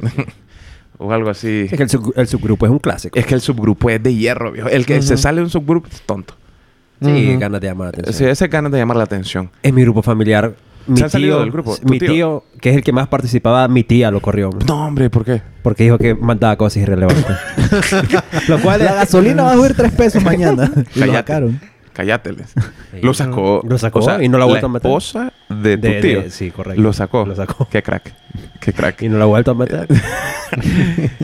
[SPEAKER 1] o algo así.
[SPEAKER 3] Es que el, sub- el subgrupo es un clásico.
[SPEAKER 1] Es que el subgrupo es de hierro, viejo. El que se
[SPEAKER 5] Ujú.
[SPEAKER 1] sale de un subgrupo es tonto.
[SPEAKER 3] Sí,
[SPEAKER 5] Ujú.
[SPEAKER 3] ganas de llamar la atención.
[SPEAKER 1] Sí, ese ganas de llamar la atención.
[SPEAKER 3] Es mi grupo familiar. Mi
[SPEAKER 1] han salido del grupo? ¿Tu
[SPEAKER 3] Mi
[SPEAKER 1] tío?
[SPEAKER 3] tío? que es el que más participaba, mi tía lo corrió.
[SPEAKER 1] No, hombre, ¿por qué?
[SPEAKER 3] Porque dijo que mandaba cosas irrelevantes. lo cual
[SPEAKER 4] La gasolina va a subir tres pesos mañana. y lo
[SPEAKER 1] Cállate.
[SPEAKER 4] sacaron.
[SPEAKER 1] Cállateles. Lo sacó.
[SPEAKER 3] Lo sacó y no la ha vuelto a meter.
[SPEAKER 1] esposa de tu
[SPEAKER 3] De-
[SPEAKER 1] tío.
[SPEAKER 3] de- sí, correcto.
[SPEAKER 1] Lo sacó.
[SPEAKER 3] Lo sacó.
[SPEAKER 1] Qué crack. Qué crack.
[SPEAKER 3] Y no la he vuelto a meter.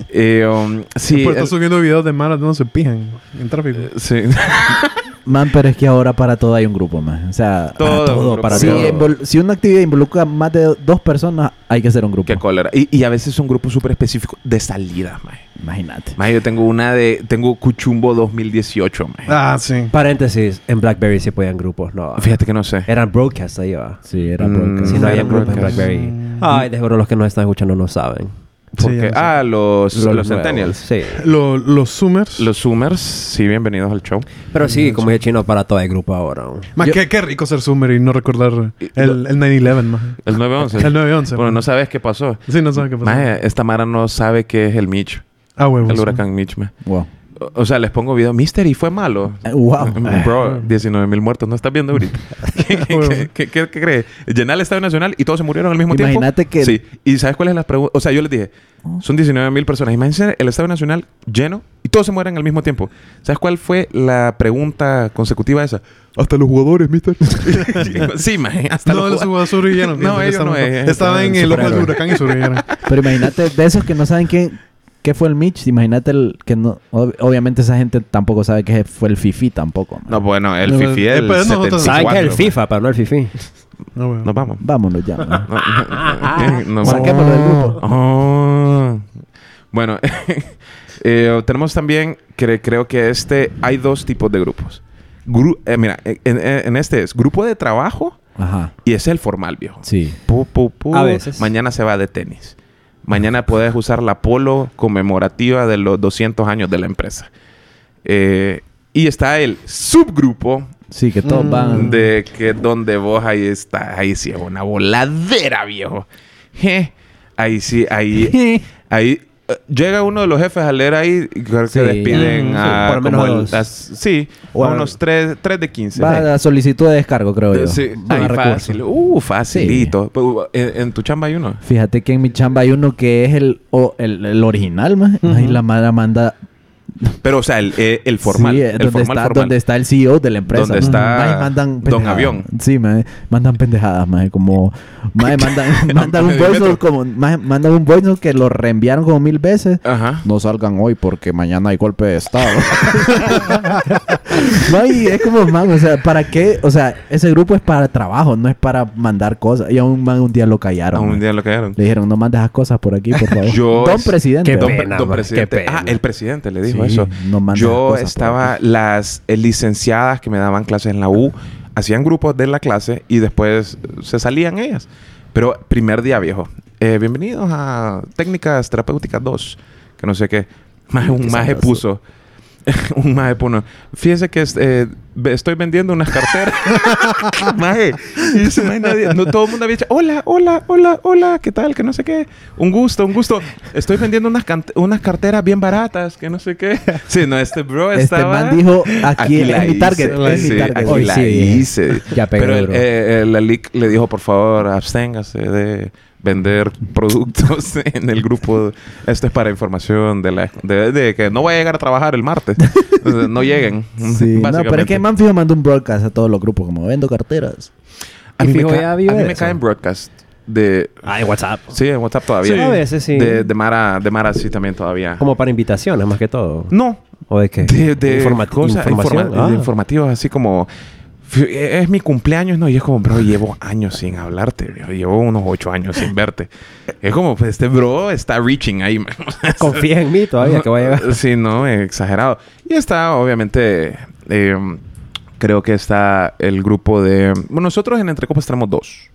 [SPEAKER 1] Eh, um, sí.
[SPEAKER 5] Pues está
[SPEAKER 1] el- Eh,
[SPEAKER 5] subiendo videos de malas no se pijan en tráfico.
[SPEAKER 1] sí.
[SPEAKER 4] Man, pero es que ahora para todo hay un grupo más. O sea,
[SPEAKER 1] Todo,
[SPEAKER 3] todo, para
[SPEAKER 4] si,
[SPEAKER 1] sí,
[SPEAKER 3] todo.
[SPEAKER 4] invol- si una actividad involucra más de dos personas, hay que hacer un grupo.
[SPEAKER 1] Qué cólera. Y, y a veces son grupos súper específicos de salidas, mae.
[SPEAKER 4] Imagínate.
[SPEAKER 1] Mae, yo tengo una de... Tengo Cuchumbo 2018, mae.
[SPEAKER 5] Ah, sí.
[SPEAKER 3] Paréntesis, en BlackBerry sí podían grupos, no.
[SPEAKER 1] Ah. Fíjate que no sé.
[SPEAKER 3] Eran broadcasts ahí, va.
[SPEAKER 4] Sí, era
[SPEAKER 1] Mm,
[SPEAKER 4] broadcast.
[SPEAKER 3] Si
[SPEAKER 1] Mm,
[SPEAKER 3] no había
[SPEAKER 1] eran
[SPEAKER 3] grupos en
[SPEAKER 1] broadcasts.
[SPEAKER 3] BlackBerry. Ay, de seguro los que nos están escuchando no saben.
[SPEAKER 1] Porque-
[SPEAKER 5] Sí, ya no sé.
[SPEAKER 1] ah, los, los,
[SPEAKER 3] nuevos,
[SPEAKER 1] Centennials.
[SPEAKER 3] Sí.
[SPEAKER 5] Lo- los Summers.
[SPEAKER 1] Los Summers. Sí, bienvenidos al show.
[SPEAKER 3] Pero sí, como dije chino, para todo el grupo ahora. ¿no?
[SPEAKER 5] Más
[SPEAKER 4] Yo-
[SPEAKER 5] qué, qué rico ser Summer y no recordar el, el 9-11, ma.
[SPEAKER 1] El
[SPEAKER 5] El
[SPEAKER 1] 9-11.
[SPEAKER 5] 9-11.
[SPEAKER 1] bueno,
[SPEAKER 5] ma.
[SPEAKER 1] no sabes qué pasó.
[SPEAKER 5] Sí, no sabes qué pasó.
[SPEAKER 1] Mae, esta Mara no sabe qué es el Mitch.
[SPEAKER 5] ah, huevos.
[SPEAKER 1] El
[SPEAKER 5] ma.
[SPEAKER 1] huracán Mitch, mae.
[SPEAKER 4] Wow.
[SPEAKER 1] O- O sea, les pongo video. Mister, y fue malo.
[SPEAKER 4] Eh, Wow.
[SPEAKER 1] Bro, 19 mil muertos. ¿No estás viendo ahorita? ¿Qué, qué, qué- qué- qué crees? Llenar el Estadio Nacional y todos se murieron al mismo
[SPEAKER 4] Imagínate
[SPEAKER 1] tiempo.
[SPEAKER 4] que-
[SPEAKER 1] Sí. ¿Y sabes cuál es la pregunta? O sea, yo les dije, son 19 mil personas. Imagínense el Estadio Nacional lleno y todos se mueren al mismo tiempo. ¿Sabes cuál fue la pregunta consecutiva esa?
[SPEAKER 5] Hasta los jugadores, mister.
[SPEAKER 1] sí, man. Hasta
[SPEAKER 5] no,
[SPEAKER 1] los
[SPEAKER 5] los jugadores sobrevivieron.
[SPEAKER 1] No, ellos no, eh, ellos
[SPEAKER 5] Estaban en
[SPEAKER 1] estaban
[SPEAKER 5] el ojo del
[SPEAKER 1] superhéroes.
[SPEAKER 5] huracán y sobrevivieron.
[SPEAKER 4] Pero imagínate de esos que no saben quién, qué fue el Mitch. Imagínate el que no. ob- obviamente esa gente tampoco sabe que fue el Fifi tampoco. man.
[SPEAKER 1] No, bueno, el
[SPEAKER 5] No,
[SPEAKER 1] Fifi
[SPEAKER 5] eh,
[SPEAKER 1] el
[SPEAKER 5] pero nosotros-
[SPEAKER 3] Saben que es el
[SPEAKER 1] 74,
[SPEAKER 3] FIFA, pero no el FIFI.
[SPEAKER 5] No,
[SPEAKER 1] man.
[SPEAKER 5] huevos.
[SPEAKER 1] Nos vamos.
[SPEAKER 4] Vámonos ya. man.
[SPEAKER 1] No, no, no, nos vamos.
[SPEAKER 4] Saquémoslo del grupo.
[SPEAKER 1] Oh. Bueno, eh, tenemos también, cre- creo que este, hay dos tipos de grupos. Gru- eh, mira, eh, en, eh, en este es grupo de trabajo
[SPEAKER 4] Ajá.
[SPEAKER 1] y es el formal, viejo.
[SPEAKER 4] Sí.
[SPEAKER 1] Pu, pu, pu.
[SPEAKER 3] A veces.
[SPEAKER 1] Mañana se va de tenis. Mañana puedes usar la polo conmemorativa de los 200 años de la empresa. Eh, y está el subgrupo
[SPEAKER 4] Sí, que todos
[SPEAKER 3] Ah.
[SPEAKER 4] van.
[SPEAKER 1] Mm, de que donde vos ahí está, ahí sí es una voladera, viejo. Je, ahí sí, ahí, ahí eh, llega uno de los jefes a leer ahí, y creo que
[SPEAKER 4] Sí,
[SPEAKER 1] despiden
[SPEAKER 3] mm,
[SPEAKER 1] a
[SPEAKER 3] sí, por lo menos
[SPEAKER 1] como
[SPEAKER 3] a
[SPEAKER 1] el-
[SPEAKER 3] los-
[SPEAKER 1] las- sí,
[SPEAKER 4] o
[SPEAKER 1] a
[SPEAKER 4] a-
[SPEAKER 1] unos 3, de 15.
[SPEAKER 4] Va a la solicitud de descargo, creo yo.
[SPEAKER 1] Sí,
[SPEAKER 4] Van
[SPEAKER 1] ahí
[SPEAKER 4] a recursos.
[SPEAKER 1] fácil. Uh, facilito. Pero, uh, ¿En, en tu chamba hay uno.
[SPEAKER 4] Fíjate que en mi chamba hay uno que es el, o- el, el original, más. Ahí la madre manda.
[SPEAKER 1] Pero, o sea, el, eh, el formal.
[SPEAKER 4] Sí, eh,
[SPEAKER 1] el
[SPEAKER 4] donde,
[SPEAKER 1] formal,
[SPEAKER 4] está,
[SPEAKER 1] formal.
[SPEAKER 4] donde está el CEO de la empresa.
[SPEAKER 1] Donde
[SPEAKER 4] man.
[SPEAKER 1] está
[SPEAKER 4] Ahí mandan
[SPEAKER 1] Don
[SPEAKER 4] pendejadas.
[SPEAKER 1] Avión.
[SPEAKER 4] Sí, man, mandan pendejadas, más. Como. man, mandan, mandan un
[SPEAKER 1] medio
[SPEAKER 4] voice note
[SPEAKER 1] metro.
[SPEAKER 4] como. man, mandan un voice note que lo reenviaron como mil veces.
[SPEAKER 1] Ajá.
[SPEAKER 4] No salgan hoy porque mañana hay golpe de estado. no, y es como, man, o sea, ¿para qué? O sea, ese grupo es para trabajo, no es para mandar cosas. Y a un man un día lo
[SPEAKER 1] Ah,
[SPEAKER 4] callaron. man.
[SPEAKER 1] un día lo quedaron.
[SPEAKER 4] Le dijeron, no mandes esas cosas por aquí, por favor.
[SPEAKER 1] Yo-
[SPEAKER 4] Don presidente.
[SPEAKER 3] Qué
[SPEAKER 1] Don,
[SPEAKER 4] man.
[SPEAKER 3] pena,
[SPEAKER 1] don
[SPEAKER 3] man,
[SPEAKER 1] presidente.
[SPEAKER 3] qué pena.
[SPEAKER 1] Ah, el presidente le dijo
[SPEAKER 4] Sí,
[SPEAKER 1] eso.
[SPEAKER 4] no mandes
[SPEAKER 1] Yo
[SPEAKER 4] cosas por
[SPEAKER 1] estaba, las eh, licenciadas que me daban clases en la U hacían grupos de la clase y después se salían ellas. Pero primer día, viejo. Eh, bienvenidos a Técnicas Terapéuticas 2. Que no sé qué. Maje-
[SPEAKER 6] Qué
[SPEAKER 1] un maje
[SPEAKER 6] sabroso.
[SPEAKER 1] puso. un maje puso. Fíjese que es- eh, ve- estoy vendiendo unas carteras. maje. Y dice, "Maje, nadie- No, todo el mundo había dicho, hola, hola, hola, hola, ¿qué tal? Que no sé qué. Un gusto, un gusto. Estoy vendiendo unas, cante- unas carteras bien baratas, que no sé qué. Sí, no, este bro
[SPEAKER 4] Este
[SPEAKER 1] estaba...
[SPEAKER 4] man dijo, aquí,
[SPEAKER 1] la
[SPEAKER 4] es mi
[SPEAKER 1] hice,
[SPEAKER 4] target.
[SPEAKER 1] la
[SPEAKER 4] Es mi
[SPEAKER 1] hice,
[SPEAKER 4] target. eh.
[SPEAKER 1] aquí
[SPEAKER 3] Hoy
[SPEAKER 1] la
[SPEAKER 3] sí.
[SPEAKER 1] hice.
[SPEAKER 3] Ya pegó,
[SPEAKER 1] Pero el-
[SPEAKER 3] bro.
[SPEAKER 1] eh, eh, la LIC le dijo, por favor, absténgase de vender productos en el grupo. Esto es para información de, la, de, de que no voy a llegar a trabajar el martes. Entonces, no lleguen.
[SPEAKER 4] Sí, no, pero es que man fijo mandó un broadcast a todos los grupos, como vendo carteras.
[SPEAKER 1] a
[SPEAKER 3] Y
[SPEAKER 1] mí, me,
[SPEAKER 3] fijo,
[SPEAKER 1] ca-
[SPEAKER 3] ya
[SPEAKER 1] a
[SPEAKER 3] vive
[SPEAKER 1] mí
[SPEAKER 3] de
[SPEAKER 1] me
[SPEAKER 3] eso.
[SPEAKER 1] caen broadcast de...
[SPEAKER 3] Ah, en WhatsApp.
[SPEAKER 1] Sí, en WhatsApp todavía.
[SPEAKER 3] Sí. A veces sí.
[SPEAKER 1] De, de Mara, de Mara sí también todavía.
[SPEAKER 3] Como para invitaciones, más que todo.
[SPEAKER 1] No,
[SPEAKER 3] ¿O de qué?
[SPEAKER 1] de, de
[SPEAKER 3] Informa-
[SPEAKER 1] cosas
[SPEAKER 3] información.
[SPEAKER 1] informa-
[SPEAKER 3] Ah.
[SPEAKER 1] de informativos así como "Fí- eh, es mi cumpleaños no y es como bro llevo años sin hablarte bro. llevo unos ocho años sin verte es como pues este bro está reaching ahí man.
[SPEAKER 3] Confía en mí todavía que va a llegar.
[SPEAKER 1] sí no exagerado y está obviamente eh, creo que está el grupo de bueno, nosotros en entre copas tenemos dos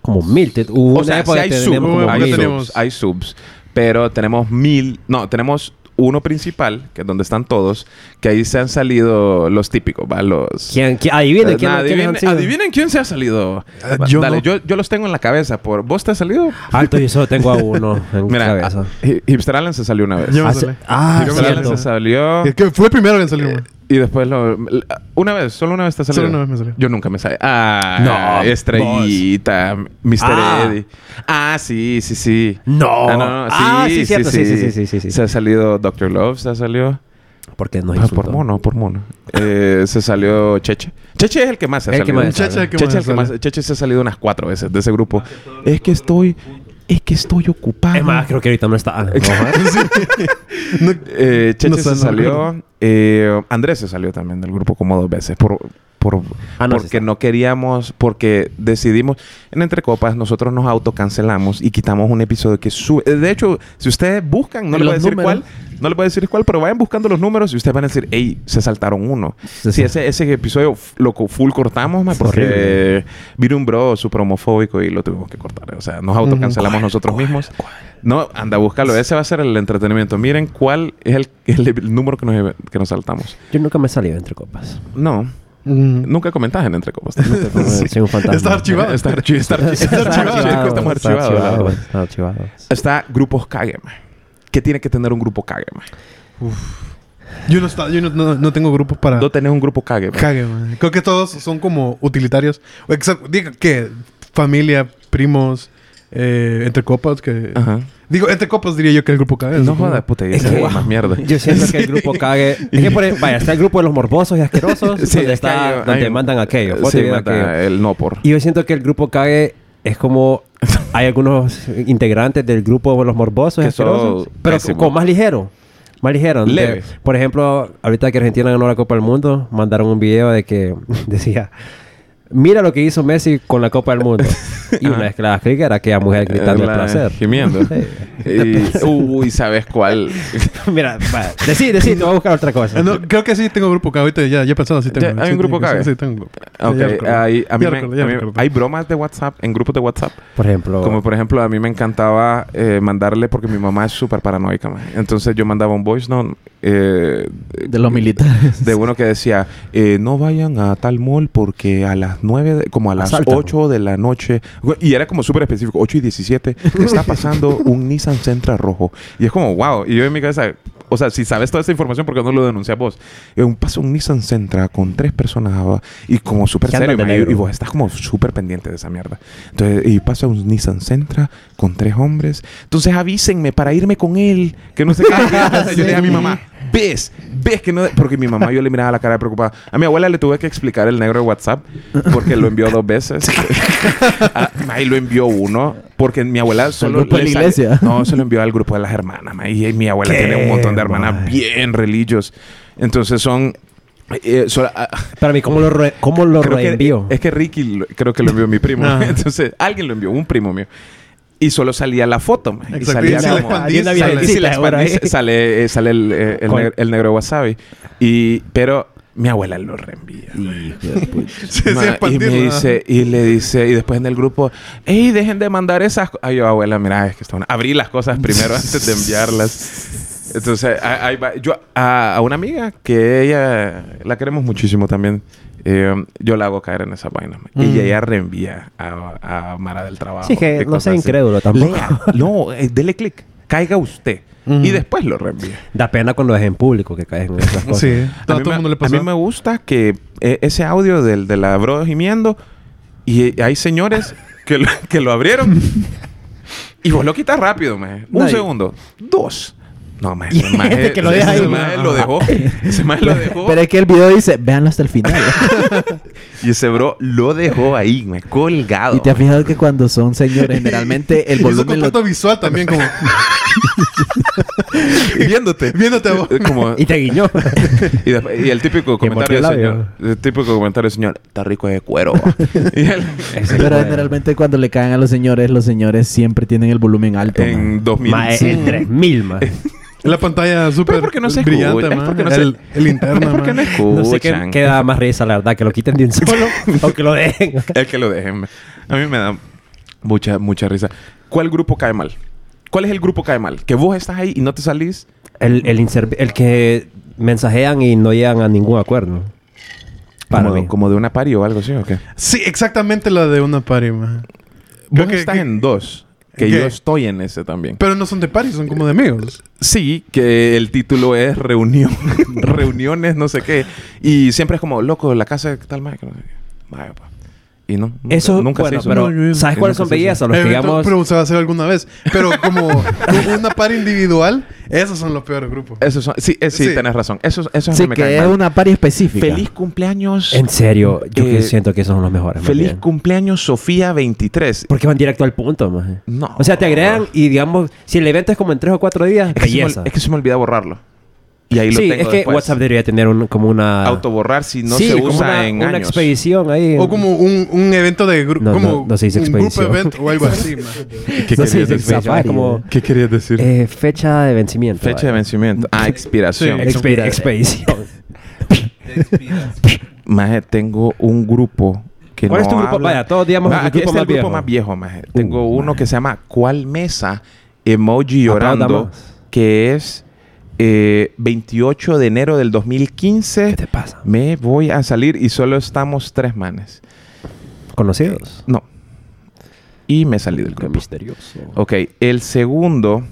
[SPEAKER 3] Como mil. te- Hubo
[SPEAKER 1] o
[SPEAKER 3] una
[SPEAKER 1] sea, sí
[SPEAKER 3] época
[SPEAKER 1] hay,
[SPEAKER 3] que
[SPEAKER 1] sub-
[SPEAKER 3] teníamos como
[SPEAKER 5] hubo una
[SPEAKER 1] hay
[SPEAKER 5] época
[SPEAKER 3] mil.
[SPEAKER 5] que
[SPEAKER 1] subs, hay subs, pero tenemos mil, no, tenemos uno principal, que es donde están todos, que ahí se han salido los típicos, ¿va? Los...
[SPEAKER 3] ¿Quién, quién- adivinen
[SPEAKER 1] Eh,
[SPEAKER 3] quién,
[SPEAKER 1] nah,
[SPEAKER 3] quiénes han
[SPEAKER 1] adivinen,
[SPEAKER 3] sido.
[SPEAKER 1] adivinen quién se ha salido.
[SPEAKER 5] Ah,
[SPEAKER 1] Va,
[SPEAKER 5] yo
[SPEAKER 1] Dale,
[SPEAKER 5] no.
[SPEAKER 1] yo, yo los tengo en la cabeza. Por, ¿Vos te has salido?
[SPEAKER 3] Alto, yo solo tengo a uno en
[SPEAKER 1] Mira,
[SPEAKER 3] cabeza.
[SPEAKER 1] ah, Hi- Hipster Allen se salió una vez.
[SPEAKER 5] Yo me
[SPEAKER 4] Ah, se-
[SPEAKER 5] salí.
[SPEAKER 3] Ah,
[SPEAKER 5] Yo me
[SPEAKER 1] Hipster Allen
[SPEAKER 3] cierto.
[SPEAKER 1] se salió
[SPEAKER 5] Es que fue el primero en salir. güey.
[SPEAKER 1] y después lo... l- Una vez, solo una vez te salió.
[SPEAKER 5] Solo una vez me salió.
[SPEAKER 1] Yo nunca me salí. Ah,
[SPEAKER 3] No,
[SPEAKER 1] estrellita, Mr.
[SPEAKER 3] Ah.
[SPEAKER 1] Eddie. Ah, sí, sí, sí.
[SPEAKER 3] No.
[SPEAKER 1] Ah, no, no, sí,
[SPEAKER 3] Ah, sí,
[SPEAKER 1] sí,
[SPEAKER 3] cierto. Sí, sí, sí, sí, sí, sí.
[SPEAKER 1] Se ha salido Doctor Love, se ha salido.
[SPEAKER 3] Porque nos
[SPEAKER 1] Ah, por
[SPEAKER 3] insultó.
[SPEAKER 1] mono, por mono. Eh, se salió Cheche. Cheche es el que más se ha
[SPEAKER 3] El que
[SPEAKER 1] salido.
[SPEAKER 3] más-
[SPEAKER 5] Chacha, ¿qué
[SPEAKER 1] Cheche, es el
[SPEAKER 5] más
[SPEAKER 1] que
[SPEAKER 5] sale?
[SPEAKER 1] más- Cheche se ha salido unas cuatro veces de ese grupo. Es que estoy, es que estoy ocupado.
[SPEAKER 3] Es más, creo que ahorita no está. Ah, no, ajá.
[SPEAKER 5] No,
[SPEAKER 1] Eh, Cheche
[SPEAKER 5] No sé,
[SPEAKER 1] se
[SPEAKER 5] no
[SPEAKER 1] salió.
[SPEAKER 5] recuerdo.
[SPEAKER 1] eh, Andrés se salió también del grupo como dos veces. Por, por,
[SPEAKER 3] Ah, no, sí
[SPEAKER 1] porque
[SPEAKER 3] está.
[SPEAKER 1] no queríamos, porque decidimos. En Entre Copas, nosotros nos autocancelamos y quitamos un episodio que sube. eh, De hecho, si ustedes buscan, no les voy a
[SPEAKER 4] Los
[SPEAKER 1] decir cuál.
[SPEAKER 4] números.
[SPEAKER 1] No les voy a decir cuál, pero vayan buscando los números y ustedes van a decir, hey, se saltaron uno.
[SPEAKER 4] Se
[SPEAKER 1] sí,
[SPEAKER 4] sal-
[SPEAKER 1] ese, ese episodio f- lo co- full cortamos, ma,
[SPEAKER 3] Es
[SPEAKER 1] porque
[SPEAKER 3] horrible.
[SPEAKER 1] Este, vino un bro súper homofóbico y lo tuvimos que cortar. O sea, nos autocancelamos nosotros mismos. No, anda, búscalo. Ese va a ser el entretenimiento. Miren cuál es el, el- el número que nos, que nos saltamos.
[SPEAKER 3] Yo nunca me he salido entre copas.
[SPEAKER 1] No, nunca comentas en Entre Copas.
[SPEAKER 3] Soy un fantasma.
[SPEAKER 5] Está archivado.
[SPEAKER 1] Está archi- está archi- está
[SPEAKER 3] Está
[SPEAKER 1] archivado,
[SPEAKER 3] archivado,
[SPEAKER 1] estamos
[SPEAKER 3] está
[SPEAKER 1] archivados, la
[SPEAKER 3] archivado,
[SPEAKER 1] verdad.
[SPEAKER 3] está archivado.
[SPEAKER 1] Está Grupos Kagema. ¿Qué tiene que tener un grupo Kagema?
[SPEAKER 5] Yo, no, está- yo no, no- no tengo grupos
[SPEAKER 3] Ah.
[SPEAKER 5] para...
[SPEAKER 1] No tenés un grupo Kagema.
[SPEAKER 5] Cague, man. Creo que todos son como utilitarios. O Exacto. Diga que familia, primos, eh, entre copas. que
[SPEAKER 1] Ajá.
[SPEAKER 5] Digo, entre copas diría yo que el grupo cague.
[SPEAKER 1] No
[SPEAKER 5] supongo.
[SPEAKER 1] jodas, puta.
[SPEAKER 3] Es
[SPEAKER 1] Es
[SPEAKER 3] que-
[SPEAKER 1] más mierda.
[SPEAKER 3] Yo siento que el grupo cague. Es que por ahí- vaya, está el grupo de los morbosos y asquerosos.
[SPEAKER 1] Sí,
[SPEAKER 3] donde
[SPEAKER 1] es que
[SPEAKER 3] está,
[SPEAKER 1] hay-
[SPEAKER 3] donde
[SPEAKER 1] hay-
[SPEAKER 3] mandan aquello.
[SPEAKER 1] Sí, manda el no por.
[SPEAKER 3] Y yo siento que el grupo cague es como. Hay algunos integrantes del grupo de los morbosos,
[SPEAKER 1] Que
[SPEAKER 3] y
[SPEAKER 1] son
[SPEAKER 3] asquerosos, pero
[SPEAKER 1] pésimos.
[SPEAKER 3] con más ligero. Más ligero. donde,
[SPEAKER 1] Leve.
[SPEAKER 3] por ejemplo, ahorita que Argentina ganó la Copa del Mundo, mandaron un video de que decía. Mira lo que hizo Messi con la Copa del Mundo. Y una vez que la das clic era aquella mujer gritando
[SPEAKER 1] La-
[SPEAKER 3] el placer.
[SPEAKER 1] Gimiendo. y, uy, ¿sabes cuál?
[SPEAKER 3] Mira, va, decí, decí, te voy a buscar otra cosa.
[SPEAKER 5] Ah, no, creo que sí tengo grupo cague. Ahorita ya, ya pensando, sí tengo.
[SPEAKER 1] Ya, hay
[SPEAKER 5] Sí
[SPEAKER 1] un grupo
[SPEAKER 5] tengo,
[SPEAKER 1] cague.
[SPEAKER 5] Sí, sí tengo un grupo.
[SPEAKER 1] Ok,
[SPEAKER 5] Ya recuerdo.
[SPEAKER 1] ahí- a mí
[SPEAKER 5] Ya
[SPEAKER 1] me-
[SPEAKER 5] recuerdo, ya
[SPEAKER 1] a mí-
[SPEAKER 5] recuerdo.
[SPEAKER 1] hay bromas de WhatsApp, en grupos de WhatsApp.
[SPEAKER 3] Por ejemplo,
[SPEAKER 1] Como por ejemplo, a mí me encantaba eh, mandarle, porque mi mamá es súper paranoica. man. Entonces yo mandaba un voice note eh,
[SPEAKER 4] De los militares.
[SPEAKER 1] de uno que decía, eh, no vayan a tal mall porque a las 9, de- como a las
[SPEAKER 3] Asaltan.
[SPEAKER 1] 8 de la noche, y era como súper específico, 8 y 17, está pasando un Nissan Sentra rojo. Y es como, wow, y yo en mi cabeza, o sea, si sabes toda esta información, ¿por qué no lo denuncias vos? Eh, un, pasa un Nissan Sentra con tres personas abajo, y como súper
[SPEAKER 3] Que andan
[SPEAKER 1] serio,
[SPEAKER 3] de
[SPEAKER 1] ma,
[SPEAKER 3] negro.
[SPEAKER 1] y, y vos estás como súper pendiente de esa mierda. Entonces, y pasa un Nissan Sentra con tres hombres, entonces avísenme para irme con él, que no sé qué. yo le dije a mi mamá, ves, ves que no... Porque mi mamá yo le miraba la cara de preocupada. A mi abuela le tuve que explicar el negro de WhatsApp porque lo envió dos veces. Ah, ma, y lo envió uno porque mi abuela solo...
[SPEAKER 4] grupo de
[SPEAKER 1] le
[SPEAKER 4] la
[SPEAKER 1] sale-
[SPEAKER 4] iglesia.
[SPEAKER 1] No, se lo envió al grupo de las hermanas. ma, y mi abuela tiene un montón de hermanas
[SPEAKER 3] ma?
[SPEAKER 1] bien religios. Entonces son... eh, son- ah,
[SPEAKER 3] para mí, ¿cómo lo, re- cómo lo
[SPEAKER 1] creo que-
[SPEAKER 3] reenvío?
[SPEAKER 1] es que Ricky lo- creo que lo envió mi primo.
[SPEAKER 5] Ajá.
[SPEAKER 1] Entonces, alguien lo envió, un primo mío. Y solo salía la foto, man. Y
[SPEAKER 5] Exacto.
[SPEAKER 1] salía
[SPEAKER 5] Y si la
[SPEAKER 1] como-
[SPEAKER 5] expandís,
[SPEAKER 1] y si la
[SPEAKER 5] sale-
[SPEAKER 1] expandís,
[SPEAKER 3] ahora, ¿eh?
[SPEAKER 1] sale, eh, sale el, eh, el
[SPEAKER 3] Con-
[SPEAKER 1] neg- el negro wasabi. Y, pero Mi abuela lo reenvía.
[SPEAKER 6] Hijo de puta.
[SPEAKER 5] Sí, sí,
[SPEAKER 1] Ma, y
[SPEAKER 5] expandirlo,
[SPEAKER 1] me
[SPEAKER 5] ¿no?
[SPEAKER 1] dice, y le dice, y después en el grupo, hey, dejen de mandar esas co-". Ay, yo, abuela, mira, es que está una- Abrí las cosas primero antes de enviarlas. Entonces, a- ahí va. Yo a, a una amiga que ella la queremos muchísimo también. eh, yo la hago caer en esa vaina. ma. Y
[SPEAKER 5] Mm.
[SPEAKER 1] ella reenvía a, a Mara del trabajo.
[SPEAKER 3] Sí,
[SPEAKER 1] y
[SPEAKER 3] que no sea
[SPEAKER 1] cosas así.
[SPEAKER 3] incrédulo tampoco.
[SPEAKER 1] Lea. No, eh, dele clic. Caiga usted.
[SPEAKER 5] Ujú.
[SPEAKER 1] Y después lo reenvía.
[SPEAKER 3] Da pena cuando es en público que caes en esas cosas.
[SPEAKER 5] Sí, a
[SPEAKER 1] A
[SPEAKER 5] todo
[SPEAKER 1] mí,
[SPEAKER 5] el
[SPEAKER 1] me,
[SPEAKER 5] mundo le
[SPEAKER 1] a
[SPEAKER 5] pasó.
[SPEAKER 1] mí me gusta que eh, ese audio del de la bro gimiendo y eh, hay señores que lo, que lo abrieron y vos lo quitas rápido, maje. Un
[SPEAKER 3] Nadie.
[SPEAKER 1] segundo, dos. No, maje, ese
[SPEAKER 4] Y hay
[SPEAKER 1] maje-
[SPEAKER 4] gente que lo
[SPEAKER 1] ese
[SPEAKER 4] deja ahí.
[SPEAKER 1] maje lo dejó. Ese maje lo dejó.
[SPEAKER 4] Pero es que el video dice, véanlo hasta el final.
[SPEAKER 1] Y ese bro lo dejó ahí, me colgado.
[SPEAKER 4] y te has fijado que cuando son señores, generalmente el
[SPEAKER 5] Y es un
[SPEAKER 4] volumen lo...
[SPEAKER 5] contacto visual también, como
[SPEAKER 1] viéndote.
[SPEAKER 5] viéndote a vos.
[SPEAKER 1] Como,
[SPEAKER 3] Y te guiñó.
[SPEAKER 1] Y, después- y el típico
[SPEAKER 3] Que
[SPEAKER 1] comentario
[SPEAKER 3] mordió
[SPEAKER 1] del
[SPEAKER 3] el labio.
[SPEAKER 1] señor. El típico comentario del señor. Está rico de cuero. va". y él,
[SPEAKER 4] Pero generalmente cuando le caen a los señores, los señores siempre tienen el volumen alto. man.
[SPEAKER 1] en 2000.
[SPEAKER 3] Ma, es el 3000, más.
[SPEAKER 5] La pantalla súper
[SPEAKER 1] porque no se
[SPEAKER 5] brillante,
[SPEAKER 1] escucha, es
[SPEAKER 5] man.
[SPEAKER 1] porque no se-
[SPEAKER 5] el, el interna,
[SPEAKER 1] ¿Por qué
[SPEAKER 5] man.
[SPEAKER 1] no
[SPEAKER 3] No sé qué,
[SPEAKER 1] escuchan?
[SPEAKER 3] qué da más risa, la verdad, que lo quiten de un solo o que lo dejen.
[SPEAKER 1] El que lo dejen. A mí me da mucha, mucha risa. ¿Cuál grupo cae mal? ¿Cuál es el grupo que cae mal? Que vos estás ahí y no te salís.
[SPEAKER 3] El, el, inserv- el que mensajean y no llegan a ningún acuerdo. Para
[SPEAKER 1] como,
[SPEAKER 3] mí.
[SPEAKER 1] como de una pari o algo así, ¿o qué?
[SPEAKER 5] Sí, exactamente la de una party, man.
[SPEAKER 1] Vos
[SPEAKER 5] que-
[SPEAKER 1] estás
[SPEAKER 5] que-
[SPEAKER 1] en dos. Que
[SPEAKER 5] ¿Qué?
[SPEAKER 1] yo estoy en ese también.
[SPEAKER 5] Pero no son de party, son como de amigos.
[SPEAKER 1] Sí, que el título es reunión, reuniones, no sé qué. Y siempre es como, loco, la casa de tal madre. que no sé qué. Madre, pa. Y no, nunca,
[SPEAKER 3] Eso,
[SPEAKER 1] nunca
[SPEAKER 3] bueno,
[SPEAKER 1] se hizo.
[SPEAKER 3] pero
[SPEAKER 5] No, yo-
[SPEAKER 3] ¿sabes
[SPEAKER 1] yo
[SPEAKER 3] cuáles
[SPEAKER 1] nunca
[SPEAKER 3] son
[SPEAKER 1] se hizo.
[SPEAKER 3] bellezas? Los que
[SPEAKER 5] Eventos-
[SPEAKER 3] digamos...
[SPEAKER 5] Pero se va a hacer alguna vez. Pero como una party individual, esos son los peores grupos.
[SPEAKER 1] Eso son- sí, eh, sí,
[SPEAKER 5] Sí.
[SPEAKER 1] tenés razón. Eso, eso es
[SPEAKER 4] Sí,
[SPEAKER 1] lo me
[SPEAKER 4] que
[SPEAKER 1] cae
[SPEAKER 4] es
[SPEAKER 1] mal.
[SPEAKER 4] una pari específica.
[SPEAKER 1] Feliz cumpleaños.
[SPEAKER 3] En serio, yo que
[SPEAKER 1] Eh,
[SPEAKER 3] siento que esos son los mejores. más
[SPEAKER 1] Feliz
[SPEAKER 3] bien.
[SPEAKER 1] cumpleaños, Sofía 23.
[SPEAKER 3] Porque van directo al punto, más.
[SPEAKER 1] No.
[SPEAKER 3] O sea, te agregan y digamos, si el evento es como en tres o cuatro días,
[SPEAKER 1] Es que, se me,
[SPEAKER 3] belleza.
[SPEAKER 1] ol- es que se me olvidó borrarlo. Y ahí lo
[SPEAKER 3] sí,
[SPEAKER 1] tengo
[SPEAKER 3] es que
[SPEAKER 1] después.
[SPEAKER 3] WhatsApp debería tener un- como una...
[SPEAKER 1] Autoborrar si no
[SPEAKER 3] Sí,
[SPEAKER 1] se
[SPEAKER 3] como
[SPEAKER 1] usa
[SPEAKER 3] una,
[SPEAKER 1] en
[SPEAKER 3] una
[SPEAKER 1] años.
[SPEAKER 3] expedición ahí.
[SPEAKER 5] O como un, un evento de grupo.
[SPEAKER 3] No,
[SPEAKER 5] como
[SPEAKER 3] no, no se dice
[SPEAKER 5] un grupo
[SPEAKER 3] expedición.
[SPEAKER 5] event o algo así, man.
[SPEAKER 1] ¿Qué
[SPEAKER 3] no
[SPEAKER 1] querías
[SPEAKER 3] sé, de
[SPEAKER 1] decir?
[SPEAKER 3] expedición, es
[SPEAKER 4] safari,
[SPEAKER 3] como...
[SPEAKER 1] ¿Qué querías decir?
[SPEAKER 3] eh, fecha de vencimiento.
[SPEAKER 1] Fecha de
[SPEAKER 3] vaya.
[SPEAKER 1] vencimiento. Ah, expiración.
[SPEAKER 5] Sí.
[SPEAKER 3] Expe- expedición.
[SPEAKER 2] Te expiras.
[SPEAKER 1] Maje, tengo un grupo que
[SPEAKER 3] ¿Cuál
[SPEAKER 1] no
[SPEAKER 3] es tu grupo?
[SPEAKER 1] habla.
[SPEAKER 3] Vaya, todos digamos
[SPEAKER 1] Ah,
[SPEAKER 3] el
[SPEAKER 1] aquí
[SPEAKER 3] grupo
[SPEAKER 1] está el
[SPEAKER 3] más
[SPEAKER 1] grupo
[SPEAKER 3] viejo.
[SPEAKER 1] más viejo, maje. Tengo
[SPEAKER 3] Uh,
[SPEAKER 1] uno
[SPEAKER 3] maje.
[SPEAKER 1] que se llama ¿Cuál mesa? Emoji
[SPEAKER 3] Aplauda
[SPEAKER 1] llorando.
[SPEAKER 3] más.
[SPEAKER 1] Que es eh, 28 de enero del
[SPEAKER 3] ¿Qué
[SPEAKER 1] 2015.
[SPEAKER 3] te pasa?
[SPEAKER 1] Me voy a salir y solo estamos tres manes.
[SPEAKER 3] ¿Conocidos?
[SPEAKER 1] No. Y me salí del
[SPEAKER 3] Qué
[SPEAKER 1] grupo.
[SPEAKER 3] misterioso.
[SPEAKER 1] Ok, el segundo